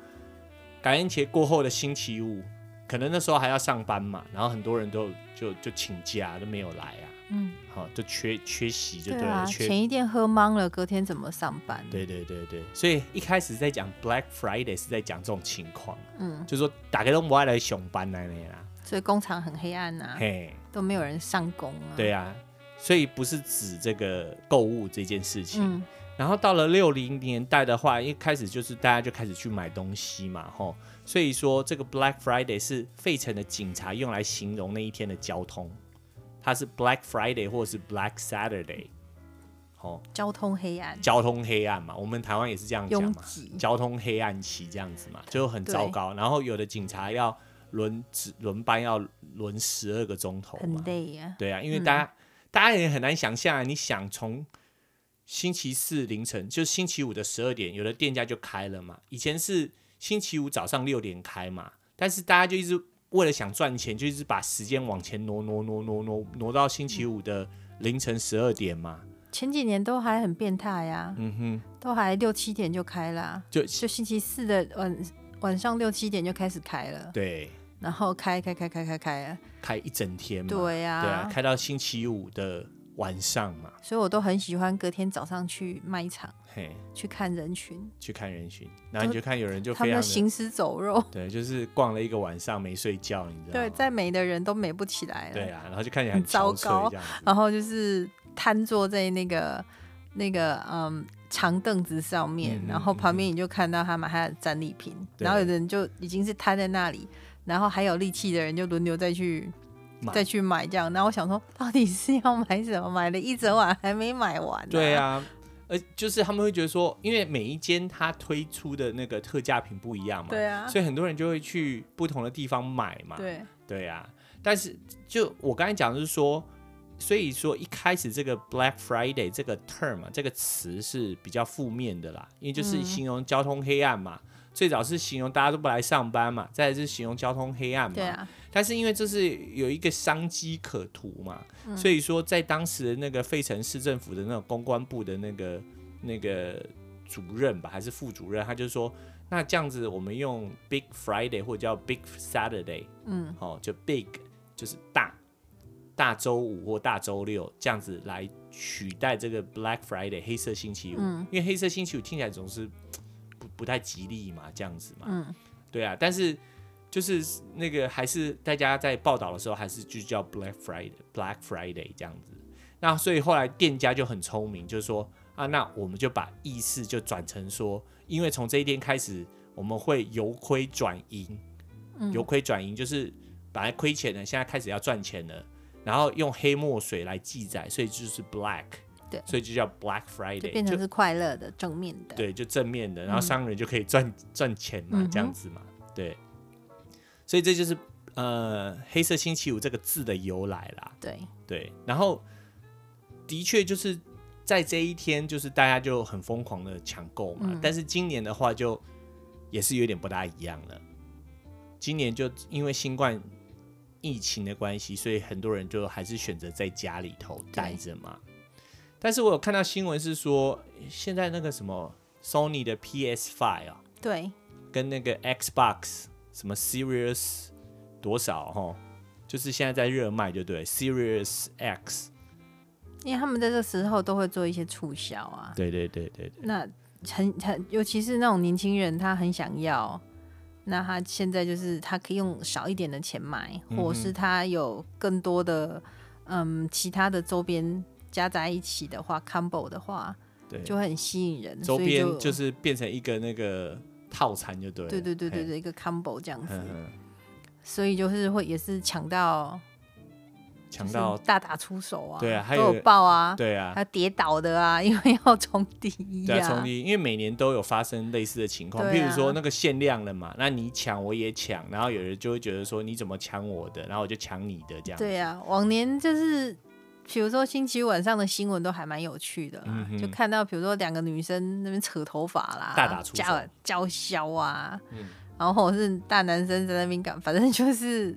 感恩节过后的星期五，可能那时候还要上班嘛，然后很多人都就就请假都没有来啊，
嗯，
好、就缺缺席就
对
对了，
啊，
缺
前一天喝懵了，隔天怎么上班？
对对对对，所以一开始在讲 Black Friday 是在讲这种情况，啊
嗯，
就说大家都不爱来上班来那啦，
所以工厂很黑暗呐、
嘿，
都没有人上工啊。，
对啊，所以不是指这个购物这件事情。
嗯
然后到了六零年代的话，一开始就是大家就开始去买东西嘛，吼，所以说这个 Black Friday 是费城的警察用来形容那一天的交通，它是 Black Friday 或是 Black Saturday，哦，
交通黑暗，
交通黑暗嘛，我们台湾也是这样讲
拥
嘛，
挤。
交通黑暗期这样子嘛，就很糟糕。然后有的警察要轮值轮班，要轮十二个钟头
很
嘛。
累嗯呀、
对啊，因为大家、大家也很难想象啊，你想从星期四凌晨，就星期五的十二点，有的店家就开了嘛。以前是星期五早上六点开嘛，但是大家就一直为了想赚钱，就一直把时间往前挪挪挪挪挪挪到星期五的凌晨十二点嘛。
前几年都还很变态呀、
嗯哼，
都还六七点就开啦，
就
就星期四的晚晚上六七点就开始开了，
对，
然后开开开开开开啊，
开一整天嘛。
对呀、
对啊，开到星期五的晚上嘛，
所以我都很喜欢隔天早上去卖场
嘿，
去看人群，
去看人群，然后你就看有人就
他
非常
们的
的
行尸走肉，
对，就是逛了一个晚上没睡觉，你知道
对，
吗？
再美的人都美不起来了，
啊对啊，然后就看起来很
很糟
憔悴
糕
这样子，
然后就是瘫坐在那个那个嗯长凳子上
嗯
面，
嗯嗯
然后旁边你就看到他买他的战利品，
对
然后有的人就已经是瘫在那里，然后还有力气的人就轮流再去
买
再去买这样，然后我想说到底是要买什么？买了一整晚还没买完、
对
啊，
啊，呃，就是他们会觉得说，因为每一间它推出的那个特价品不一样嘛，
对啊，
所以很多人就会去不同的地方买嘛，
对，
对啊，但是就我刚才讲的是说，所以说一开始这个 Black Friday 这个 term 啊，这个词是比较负面的啦，因为
嗯
就是形容交通黑暗嘛。最早是形容大家都不来上班嘛，再来是形容交通黑暗嘛。
对啊，
但是因为这是有一个商机可图嘛，所以说在当时的那个费城市政府的那种公关部的那个那个主任吧，还是副主任，他就说，那这样子我们用 Big Friday 或者叫 Big Saturday，
嗯，
哦，就 Big 就是大大周五或大周六这样子来取代这个 Black Friday 黑色星期五，因为黑色星期五听起来总是不不太吉利嘛，这样子嘛，
嗯
对啊，但是就是那个还是大家在报道的时候，还是就叫 Black Friday Black Friday 这样子。那所以后来店家就很聪明，就是说啊，那我们就把意思就转成说，因为从这一天开始，我们会由亏转盈，
嗯
由亏转盈就是本来亏钱的，现在开始要赚钱了，然后用黑墨水来记载，所以就是 Black，
对
所以就叫 Black
就
Friday，
变成是快乐的、正面的，
对，就正面的，然后商人就可以赚赚钱嘛
嗯，哼
这样子嘛，对，所以这就是呃黑色星期五这个字的由来啦，
对
对，然后的确就是在这一天，就是大家就很疯狂的抢购嘛，但是今年的话就也是有点不大一样了，今年就因为新冠疫情的关系，所以很多人就还是选择在家里头待着嘛。但是我有看到新闻是说，现在那个什么 Sony 的 PS Five 啊，
对
跟那个 Xbox 什么 Series 多少哈，就是现在在热卖，就对，Serious X，
因为他们在这时候都会做一些促销啊。
对对对对
那很很，尤其是那种年轻人，他很想要，那他现在就是他可以用少一点的钱买，
嗯哼
或者是他有更多的嗯其他的周边加在一起的话，combo 的话
对
就
对，
会很吸引人，
周
所以
边
就
就是变成一个那个套餐就对了，
对对对对
嘿，
对一个 combo 这样子，
嗯嗯，
所以就是会也是抢到
抢到
就是大打出手啊，
对啊还
都
有
有爆啊，
对啊
还，有跌倒的啊， (laughs) 因为要冲第一
对啊，
啊，
冲击，因为每年都有发生类似的情况，
对
譬
啊
如说那个限量了嘛，那你抢我也抢，然后有人就会觉得说你怎么抢我的，然后我就抢你的这样。
对啊呀、往年就是，比如说星期五晚上的新闻都还蛮有趣的啦，
嗯哼
就看到比如说两个女生那边扯头发啦，
大打出手
叫叫嚣啊，
嗯
然后或者是大男生在那边干，反正就是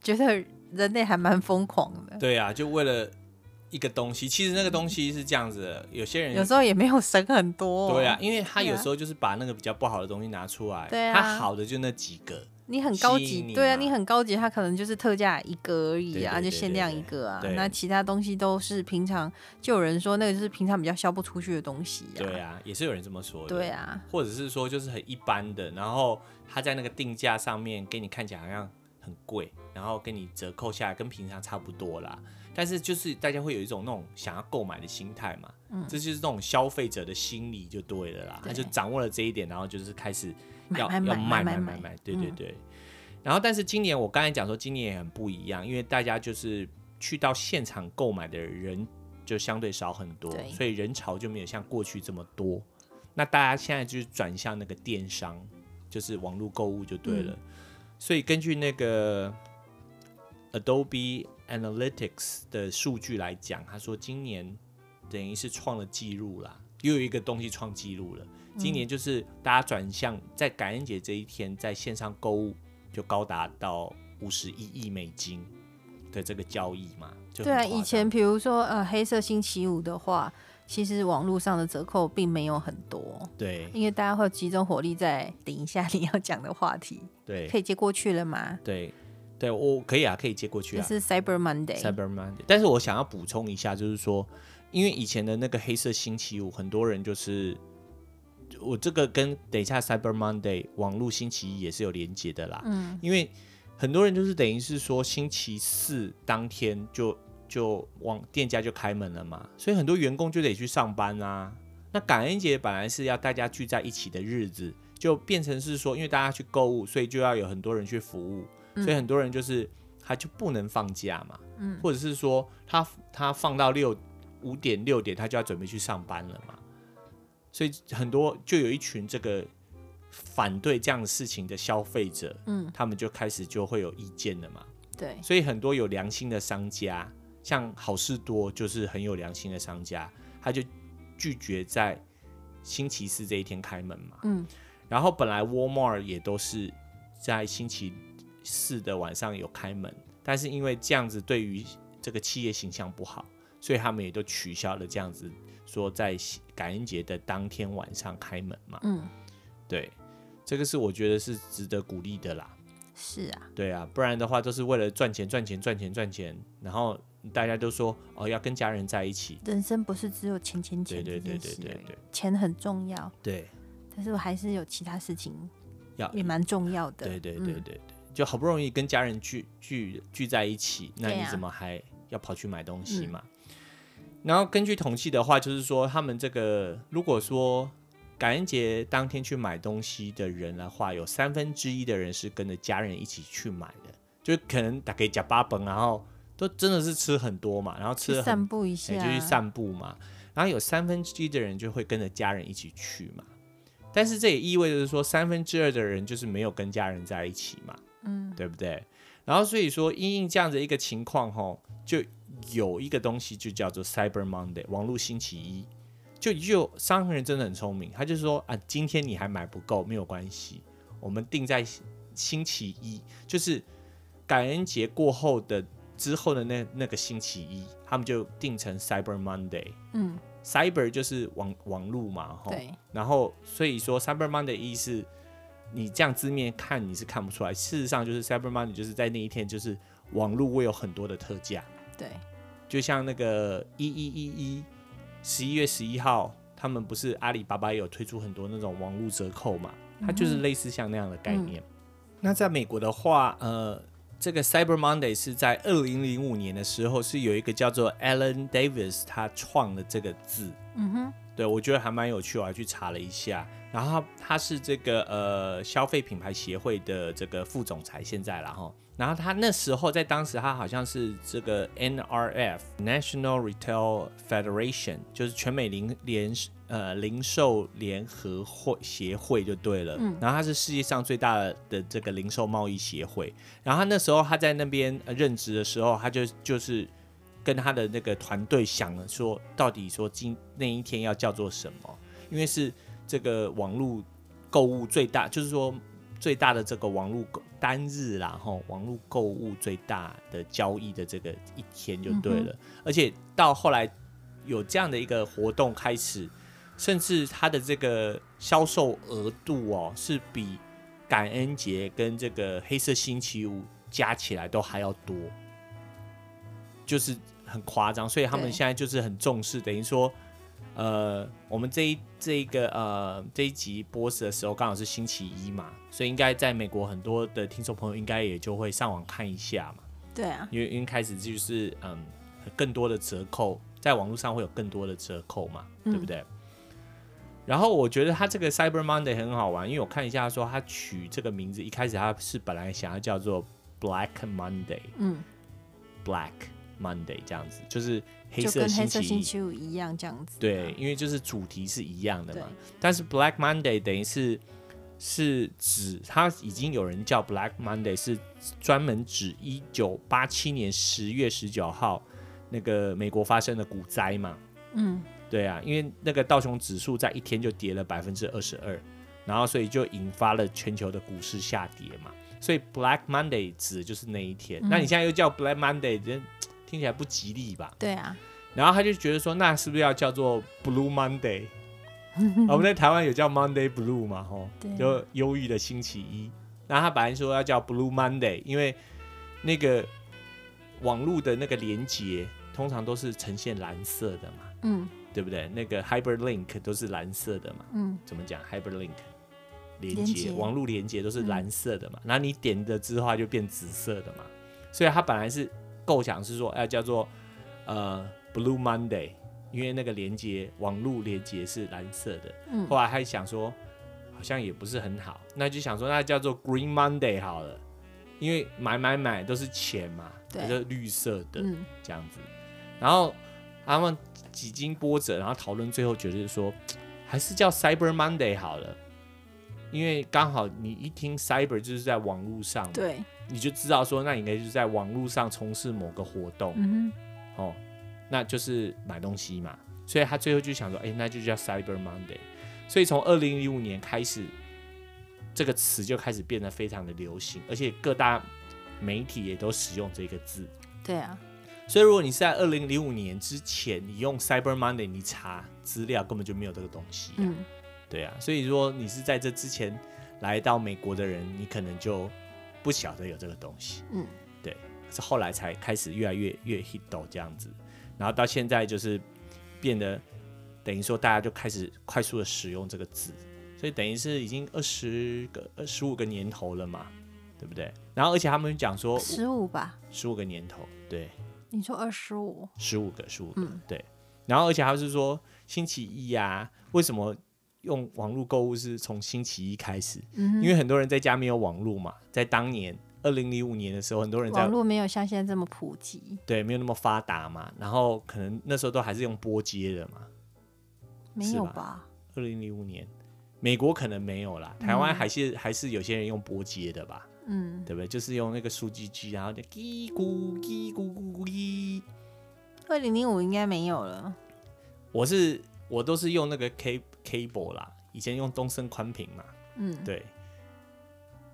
觉得人类还蛮疯狂的，
对啊，就为了一个东西，其实那个东西是这样子的，有些人
有时候也没有省很多、
对啊，，因为他
对啊
有时候就是把那个比较不好的东西拿出来，
对啊
他好的就那几个，
你很高
吸
级
引，你
对啊，
嘛
你很高级，它可能就是特价一个而已啊，
对对对
就限量一个啊
对对，对
那其他东西都是平常就有人说那个就是平常比较销不出去的东西呀、
对啊，也是有人这么说的，
对啊，
或者是说就是很一般的，然后他在那个定价上面给你看起来好像很贵，然后给你折扣下来跟平常差不多啦。但是就是大家会有一种那种想要购买的心态嘛，这就是那种消费者的心理就对了啦。
嗯对
他就掌握了这一点，然后就是开始
买
要
买
要
买
买
买
买
买嗯
买，对对对。然后但是今年我刚才讲说，今年也很不一样，因为大家就是去到现场购买的人就相对少很多
对，
所以人潮就没有像过去这么多。那大家现在就是转向那个电商，就是网络购物就对了。所以根据那个 Adobe Analytics 的数据来讲，他说今年等于是创了纪录啦，又有一个东西创纪录了。今
嗯
年就是大家转向在感恩节这一天，在线上购物就高达到五十一亿美金的这个交易嘛，就
对
很
啊，
夸张
以前比如说呃黑色星期五的话，其实网络上的折扣并没有很多，
对
因为大家会集中火力在顶一下 (laughs) 你要讲的话题，
对
可以接过去了吗？
对对，我可以啊，可以接过去
就
啊。
是 Cyber Monday，
Cyber Monday，但是我想要补充一下，就是说，因为以前的那个黑色星期五，很多人就是我这个跟等一下 Cyber Monday 网络星期一也是有连接的啦。嗯，因为很多人就是等于是说星期四当天就就网店家就开门了嘛，所以很多员工就得去上班啊。那感恩节本来是要大家聚在一起的日子，就变成是说，因为大家去购物，所以就要有很多人去服务，所以很多人就是他就不能放假嘛，嗯，或者是说他他放到六五点六点，他就要准备去上班了嘛，所以很多就有一群这个反对这样的事情的消费者，
嗯，
他们就开始就会有意见了嘛，
对，
所以很多有良心的商家，像好事多就是很有良心的商家，他就拒绝在星期四这一天开门嘛。
嗯。
然后本来 Walmart 也都是在星期四的晚上有开门，但是因为这样子对于这个企业形象不好，所以他们也都取消了这样子说在感恩节的当天晚上开门嘛。
嗯，
对，这个是我觉得是值得鼓励的啦。
是啊，
对啊，不然的话都是为了赚钱、赚钱、赚钱、赚钱，然后大家都说哦要跟家人在一起，
人生不是只有钱钱
对
钱
对
这
对
件
对
事
对
而已
对，
钱很重要，
对，
但是我还是有其他事情
要
也蛮重要的，
对对
嗯
对对对，就好不容易跟家人聚聚聚在一起，那
对
你
啊嗯
怎么还要跑去买东西嘛？然后根据统计的话，就是说他们这个如果说感恩节当天去买东西的人的话，有三分之一的人是跟着家人一起去买的，就可能打给假巴本，然后都真的是吃很多嘛，然后吃
去
了很
散步一下，
哎，就去散步嘛。然后有三分之一的人就会跟着家人一起去嘛，但是这也意味着说三分之二的人就是没有跟家人在一起嘛，嗯，对不对？然后所以说，因应这样的一个情况吼，就有一个东西就叫做 Cyber Monday 网络星期一，就又商人真的很聪明，他就说啊，今天你还买不够没有关系，我们定在星期一，就是感恩节过后的之后的那那个星期一，他们就定成 Cyber Monday。
嗯，
Cyber 就是网网路嘛，吼。
对，
然后所以说 Cyber Monday 一是你这样字面看你是看不出来，事实上就是 Cyber Monday 就是在那一天，就是网络会有很多的特价，
对，
就像那个一一一一十一月十一号，他们不是阿里巴巴也有推出很多那种网络折扣嘛，它就是类似像那样的概念。那在美国的话，呃，这个 Cyber Monday 是在二零零五年的时候，是有一个叫做 Alan Davis 他创的这个字，
嗯哼，
对，我觉得还蛮有趣，我还去查了一下。然后他他是这个呃消费品牌协会的这个副总裁，现在了哈。然后他那时候在当时他好像是这个 NRF National Retail Federation，就是全美零联呃零售联合会协会就对了。然后他是世界上最大的这个零售贸易协会。然后他那时候他在那边呃任职的时候，他就就是跟他的那个团队想了说，到底说今那一天要叫做什么？因为是这个网络购物最大，就是说最大的这个网络购单日啦，吼，网络购物最大的交易的这个一天就对了。而且到后来有这样的一个活动开始，甚至它的这个销售额度哦，是比感恩节跟这个黑色星期五加起来都还要多，就是很夸张。所以他们
对
现在就是很重视，等于说，呃，我们这一这一个呃这一集播出的时候刚好是星期一嘛，所以应该在美国很多的听众朋友应该也就会上网看一下嘛。
对啊，
因为因为开始就是嗯，更多的折扣，在网络上会有更多的折扣嘛，
嗯
对不对？然后我觉得他这个 Cyber Monday 很好玩，因为我看一下说他取这个名字，一开始他是本来想要叫做 Black Monday，
嗯
，Black Monday 这样子，就是黑
就
色
跟黑
星
色
期
星
一。
期五一样这样子，啊
对，，因为就是主题是一样的嘛
对。
但是 Black Monday 等于是是指它已经有人叫 Black Monday，是专门指一九八七年十月十九号那个美国发生的股灾嘛。
嗯，
对啊，因为那个道琼指数在一天就跌了百分之二十二，然后所以就引发了全球的股市下跌嘛。所以 Black Monday 指的就是那一天。
嗯
那你现在又叫 Black Monday，这听起来不吉利吧？
对啊，
然后他就觉得说，那是不是要叫做 Blue Monday？啊我们在台湾有叫 Monday Blue 嘛，吼
对，
就忧郁的星期一。然后他本来说要叫 Blue Monday，因为那个网络的那个连接通常都是呈现蓝色的嘛，
嗯
对不对？那个 hyperlink 都是蓝色的嘛，
嗯，
怎么讲 hyperlink？连
连
接
接嗯
网络连接都是蓝色的嘛，然后你点了之后它就变紫色的嘛，所以它本来是构想是说要哎叫做呃 Blue Monday，因为那个连接网络连接是蓝色的，
嗯
后来还想说好像也不是很好，那就想说那叫做 Green Monday 好了，因为买买买都是钱嘛，
对
就是绿色的，
嗯
这样子。然后他们几经波折，然后讨论，最后觉得说，还是叫 Cyber Monday 好了，因为刚好你一听 Cyber 就是在网络上，，
对，
你就知道说，那你应该就是在网络上从事某个活动，
嗯
哦，那就是买东西嘛。所以他最后就想说，哎、那就叫 Cyber Monday。所以从二零零五年开始，这个词就开始变得非常的流行，而且各大媒体也都使用这个字。
哼，对啊，
所以如果你是在二零零五年之前，你用 Cyber Monday 你查资料根本就没有这个东西、啊，
嗯，
对啊。所以说你是在这之前来到美国的人，你可能就不晓得有这个东西，
嗯，
对，是后来才开始越来越越 hit 到这样子，然后到现在就是变得等于说大家就开始快速的使用这个字，所以等于是已经二十个二十五个年头了嘛，对不对？然后而且他们讲说
十五吧，
十五个年头，对。
你说二十五，
十五个，十五个，
嗯
对。然后而且他是说星期一啊，为什么用网络购物是从星期一开始？
嗯
因为很多人在家没有网络嘛，在当年二零零五年的时候，很多人在
网络没有像现在这么普及，
对没有那么发达嘛，然后可能那时候都还是用拨接的嘛。
没
是
有
吧
吧？
二零零五年，美国可能没有啦，台湾还是、还是有些人用拨接的吧，
嗯，
对不对？就是用那个数据机，然后就叽咕叽咕咕咕叽。
二零零五应该没有了， (laughs)
我是我都是用那个 K cable 啦，以前用东森宽频嘛，
嗯，
对。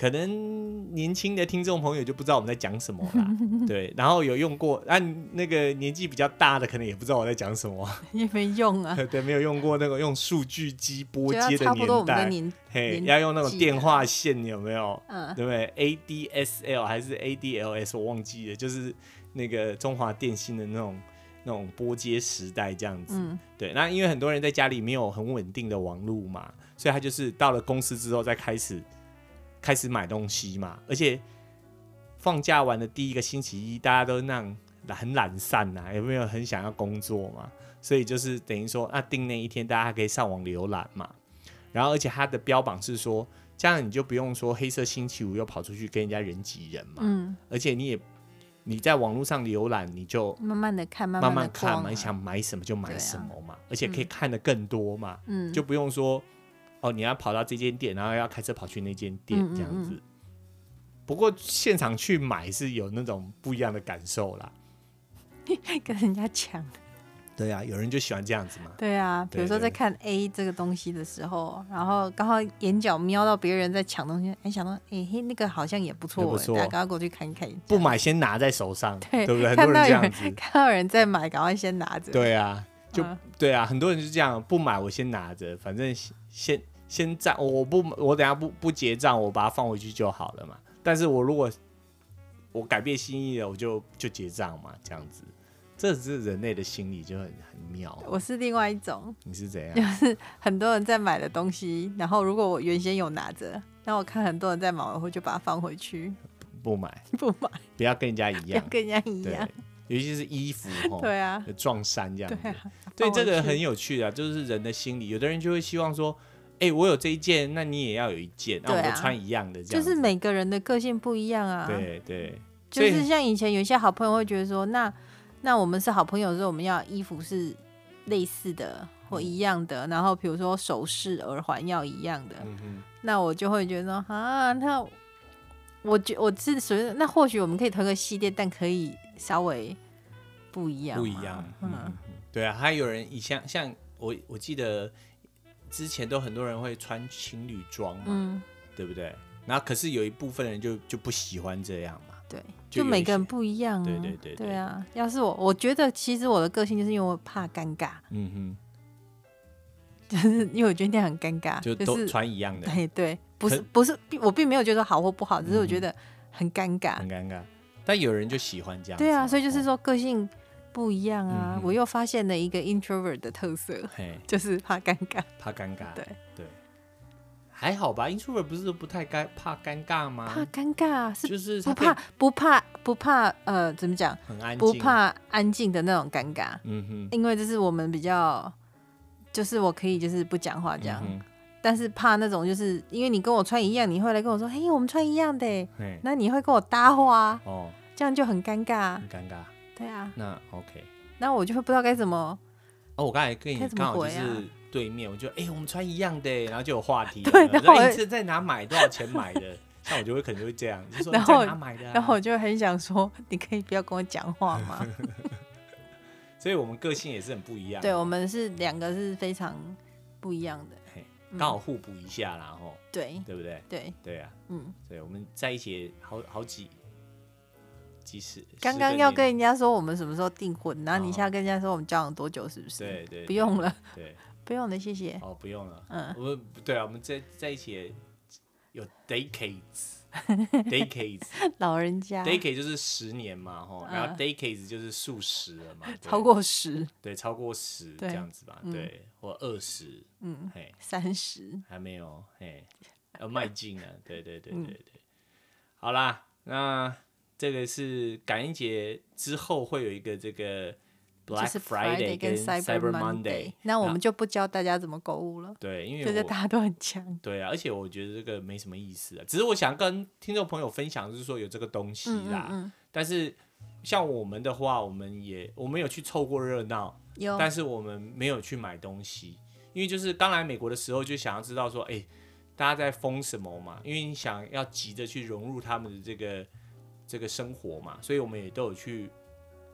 可能年轻的听众朋友就不知道我们在讲什么
(laughs)
啦。对，然后有用过，啊，那个年纪比较大的可能也不知道我在讲什么， (laughs)
也没用啊，
对，没有用过那个用数据机拨
就要
接的
差不多我
年
们的
代，
年，
嘿，
年
要用那种
纪
电
的
话线有没有？
嗯，
对不对？ADSL 还是 ADLS 我忘记了，就是那个中华电信的那种那种拨接时代这样子。
嗯
对，那因为很多人在家里没有很稳定的网络嘛，所以他就是到了公司之后再开始开始买东西嘛，而且放假完的第一个星期一，大家都那样很懒散呐、有没有很想要工作嘛？所以就是等于说，那定那一天大家可以上网浏览嘛。然后，而且它的标榜是说，这样你就不用说黑色星期五又跑出去跟人家人挤人嘛。
嗯，
而且你也你在网络上浏览，你就
慢慢的看，慢
慢
慢
慢
的
看嘛，你想买什么就买
对啊
什么嘛，而且可以看得更多嘛，
嗯，
就不用说哦，你要跑到这间店，然后要开车跑去那间店
嗯嗯
这样子。不过现场去买是有那种不一样的感受啦。
跟人家抢。
对啊，有人就喜欢这样子嘛。
对啊，比如说
对
在
对
看 A 这个东西的时候，然后刚好眼角瞄到别人在抢东西，哎，想到哎嘿，那个好像也不错
也不
哎，
错
大家赶快过去看一看。
不买先拿在手上，
(laughs) 对
不对？很
看
多人
到
这
有
样
人。
子
看到有人在买，赶快先拿着。
对啊，就、
嗯
对啊，很多人是这样，不买我先拿着，反正先先先占，我我不我等下不不结账，我把它放回去就好了嘛。但是我如果我改变心意了，我就就结账嘛，这样子，这是人类的心理就很很妙。
(laughs) 我是另外一种，
你是怎
(laughs)
样？
很多人在买的东西，然后如果我原先有拿着，那我看很多人在买，我会就把它放回去， (laughs)
不买，
不买，
不要跟人家一
不要
样，
跟人家一
对
样。，
尤其是衣
(laughs)
服哦，
对啊，
撞衫这样
对
子。
啊，
对，
放回
这个
去
很有趣啊，就是人的心理，有的人就会希望说，哎、我有这一件，那你也要有一件，那我们
对
都
啊
穿一样的，这
就
样
是
子
每个人的个性不一样啊。
对对，
就
所
是
以
像以前有一些好朋友会觉得说，那那我们是好朋友的时候，我们要衣服是类似的
嗯
或一样的，然后比如说首饰、耳环要一样的，
嗯哼，
那我就会觉得说啊，那我觉我是属于那或许我们可以同一个系列，但可以稍微不一样嘛，
不一样，嗯
嗯，
哼对啊，还有人以前像我我记得之前都很多人会穿情侣装嘛，
嗯，
对不对？然后可是有一部分人就就不喜欢这样嘛，
对，
就
就
有
每
一
个人
些
不一样、啊，
对对对对
对啊。要是我，我觉得其实我的个性就是因为我怕尴尬， (laughs)
嗯
就是因为我觉得那样很尴尬，
哼，就
就
都
是
穿一样的，
对哎对，不
可
是不是，并我并没有觉得好或不好，只是我觉
嗯
得很尴尬。
很尴尬。但有人就喜欢这样子嘛，
对啊，所以就是
哦，
说个性不一样啊，
嗯哼
我又发现了一个 introvert 的特色，
嘿，
就是怕尴尬。
怕尴尬，
对，
对，还好吧，introvert 不是都不太尴怕尴尬吗？
怕尴尬啊是
啊就是他
不怕
可以
不怕不怕呃，怎么讲？
很安静，
不，怕安静的那种尴尬，
嗯哼，
因为这是我们比较，就是我可以就是不讲话这样，
嗯哼
但是怕那种就是因为你跟我穿一样，你会来跟我说，嘿，我们穿一样的耶，
嘿，
那你会跟我搭话啊，
哦，
这样就很尴尬啊。
很尴尬，
对啊，
那 OK。
那我就会不知道该怎么
哦，我刚才跟你
该怎么
刚好就
回啊
是对面，我就哎、我们穿一样的耶，然后就有话题了。
(laughs) 对
我
然
说
后
哎
我
你是在哪买？多少钱买的？像我就会可能就会这样，就说你
然后
在哪买的、啊？
然后我就很想说， (laughs) 你可以不要跟我讲话
(laughs)
吗？
所以我们个性也是很不一样，啊
对，我们是两个是非常不一样的，
嘿，
嗯
刚好互补一下啦，吼，
对
对不对？
对，
对啊，
嗯，
对，我们在一起好好几几十，
刚
十
刚
个
要
年
跟人家说我们什么时候订婚，然后你
哦
现在跟人家说我们交往多久，是不是？
对对
不用了， (laughs)
对，
不用了，
(laughs)
谢谢。
哦，不用了，
嗯
我们对啊，我们在在一起也有
(laughs)
decades decades
老人家
decade 就是十年嘛，吼，
啊嗯
然后 decades 就是数十了嘛，对
超过十，
对超过十这
对
样子吧，
嗯
对，或二十，
嗯，
嘿，
三十，
还没有，嘿，要
(laughs)
迈进啊，对对对对
嗯
对，好啦，那这个是感恩节之后会有一个这个
就
Black
是 Friday 跟
跟 Cyber
Monday
Monday，。
那我们就不教大家怎么购物了，
对，因为
就是
我
大家都很强。
对啊，而且我觉得这个没什么意思啊，只是我想跟听众朋友分享，就是说有这个东西
嗯
啦。
嗯嗯，
但是像我们的话，我们也我们有去凑过热闹，
有
但是我们没有去买东西，因为就是刚来美国的时候就想要知道说，哎、大家在疯什么嘛？因为你想要急着去融入他们的这个这个生活嘛，所以我们也都有去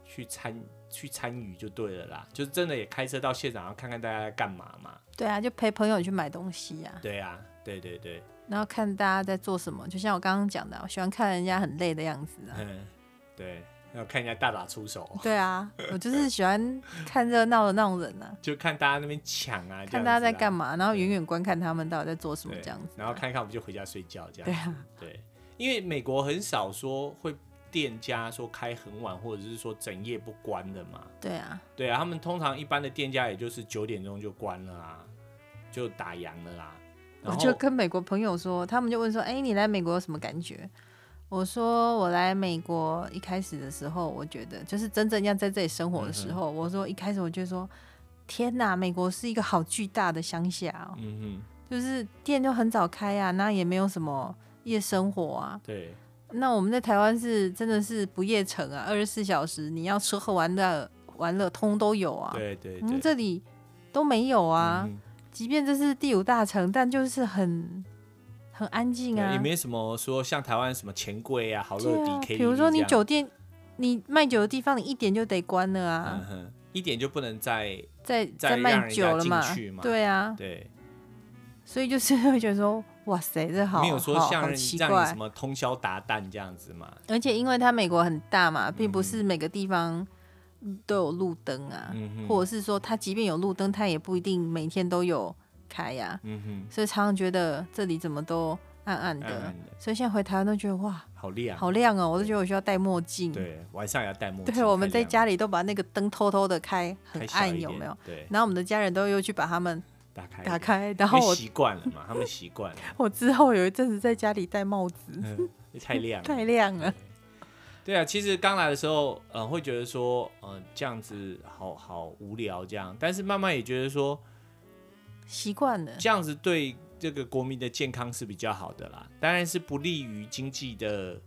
去参去参与就对了啦，就是真的也开车到现场，然后看看大家在干嘛嘛。
对啊，就陪朋友去买东西呀、
对啊，对对对，
然后看大家在做什么。就像我刚刚讲的，啊我喜欢看人家很累的样子啊。
嗯，对，要看人家大打出手， (laughs)
(laughs) 对啊，我就是喜欢看热闹的那种人啊，
就看大家那边抢啊， (laughs) 这样
看大家
子
在
啊
干嘛，然后远远观看他们到底在做什么
对，
这样子啊。
然后看一看我们就回家睡觉这样。
对啊，
对，因为美国很少说会店家说开很晚，或者是说整夜不关的嘛。
对啊，
对啊，他们通常一般的店家也就是九点钟就关了啦，就打烊了啦。
我
然
哦就
后
跟美国朋友说，他们就问说：“哎、你来美国有什么感觉？”我说：“我来美国一开始的时候，我觉得就是真正要在这里
嗯
生活的时候，我说一开始我就说，天哪，美国是一个好巨大的乡下哦，
嗯哼，
就是店就很早开啊，那也没有什么夜生活啊。
对
那我们在台湾是真的是不夜城啊，二十四小时你要吃喝玩乐玩乐通都有啊，
对对
嗯，
对，
这里都没有啊。
嗯哼
即便这是第五大城，但就是很很安静
对
啊
也。没什么说像台湾什么钱柜啊、好乐
对
迪
啊，、
K，
比如说你
九
酒店，你卖酒的地方，你一点就得关了啊
嗯，哼，一点就不能再
再
再
再
让
卖
人家
酒了嘛
进去嘛
对啊，
对，
所以就是会觉得说，哇塞，这好
没有说
好
像
好
人
奇
让你什
怪。
么通宵达旦这样子嘛。
而且因为它美国很大嘛，并不是每个地方都有路灯啊，
嗯哼，
或者是说它即便有路灯，它也不一定每天都有开呀、
嗯哼，嗯
所以常常觉得这里怎么都暗暗的。
暗暗的
所以现在回台湾都觉得哇，
好亮，
好亮哦！我都觉得我需要戴墨镜。
对，晚上也要戴墨
(laughs) 对，
镜。
我们
太
在
亮
家里都把那个灯偷偷的开，很
开小
暗，
一
有
点
没有？？
对，
然后我们的家人都又去把它们
打开一
打
点，
开，然
因为
后我
习惯了嘛，他们习
(laughs)
惯了，
我之后有一阵子在家里戴帽子，
嗯太亮了。
太亮了。
对啊，其实刚来的时候，呃，会觉得说，呃，这样子好好无聊这样，但是慢慢也觉得说，
嗯习惯了，
这样子对这个国民的健康是比较好的啦，当然是不利于经济的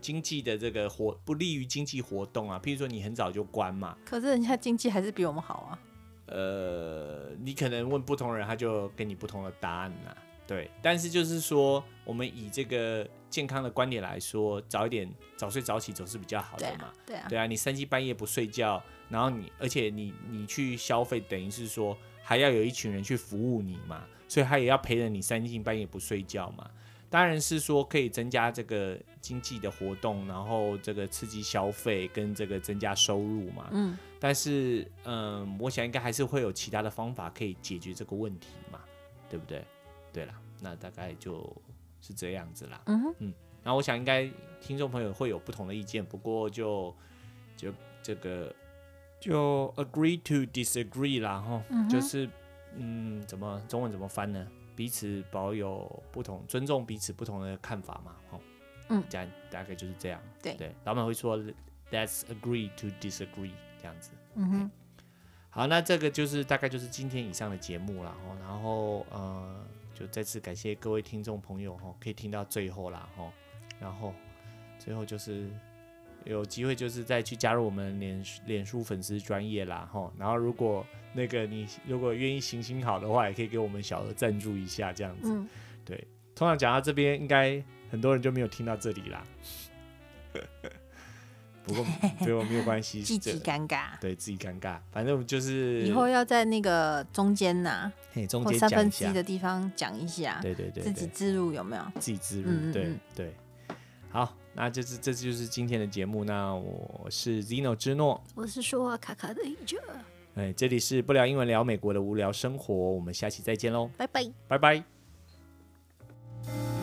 经济的这个活，不利于经济活动啊。譬如说你很早就关嘛，
可是人家经济还是比我们好啊。
呃，你可能问不同人，他就给你不同的答案啦。对，但是就是说，我们以这个健康的观点来说，早一点早睡早起总是比较好
对
的
啊
嘛。，
对啊，
对啊，你三更半夜不睡觉，然后你，而且你你去消费，等于是说还要有一群人去服务你嘛，所以他也要陪着你三更半夜不睡觉嘛。当然是说可以增加这个经济的活动，然后这个刺激消费跟这个增加收入嘛。
嗯，
但是，嗯，我想应该还是会有其他的方法可以解决这个问题嘛，对不对？对啦，那大概就是这样子啦。
嗯哼
然后我想应该听众朋友会有不同的意见，不过就就这个就 agree to disagree 啦，哈、
嗯哼
就是嗯，怎么中文怎么翻呢？彼此保有不同，尊重彼此不同的看法嘛，哈、
嗯
这样大概就是这样。
对
对，老板会说 let's agree to disagree 这样子。
嗯哼，
好，那这个就是大概就是今天以上的节目啦。哦，然后呃，就再次感谢各位听众朋友哦，可以听到最后啦哦，然后最后就是有机会就是再去加入我们脸书脸书粉丝专业啦哦，然后如果那个你如果愿意行行好的话，也可以给我们小额赞助一下这样子。
嗯，
通常讲到这边，应该很多人就没有听到这里啦。不
(laughs)
过对我没有关系，
叽
这
叽尴尬。
对自己尴尬，反正我们就是
以后要在那个中间呐、
嘿，中
或
间
哦三
讲
分
一
之一
下，
的地方讲一下，
对对对，
自
对
己自入有没有？
自己植入，
嗯嗯
对
嗯
对。好，那这是这就是今天的节目。那我是 Zino 之诺，
我是说话卡卡的 a n
哎，这里是不聊英文聊美国的无聊生活，我们下期再见喽，
拜拜。
拜拜。
Thank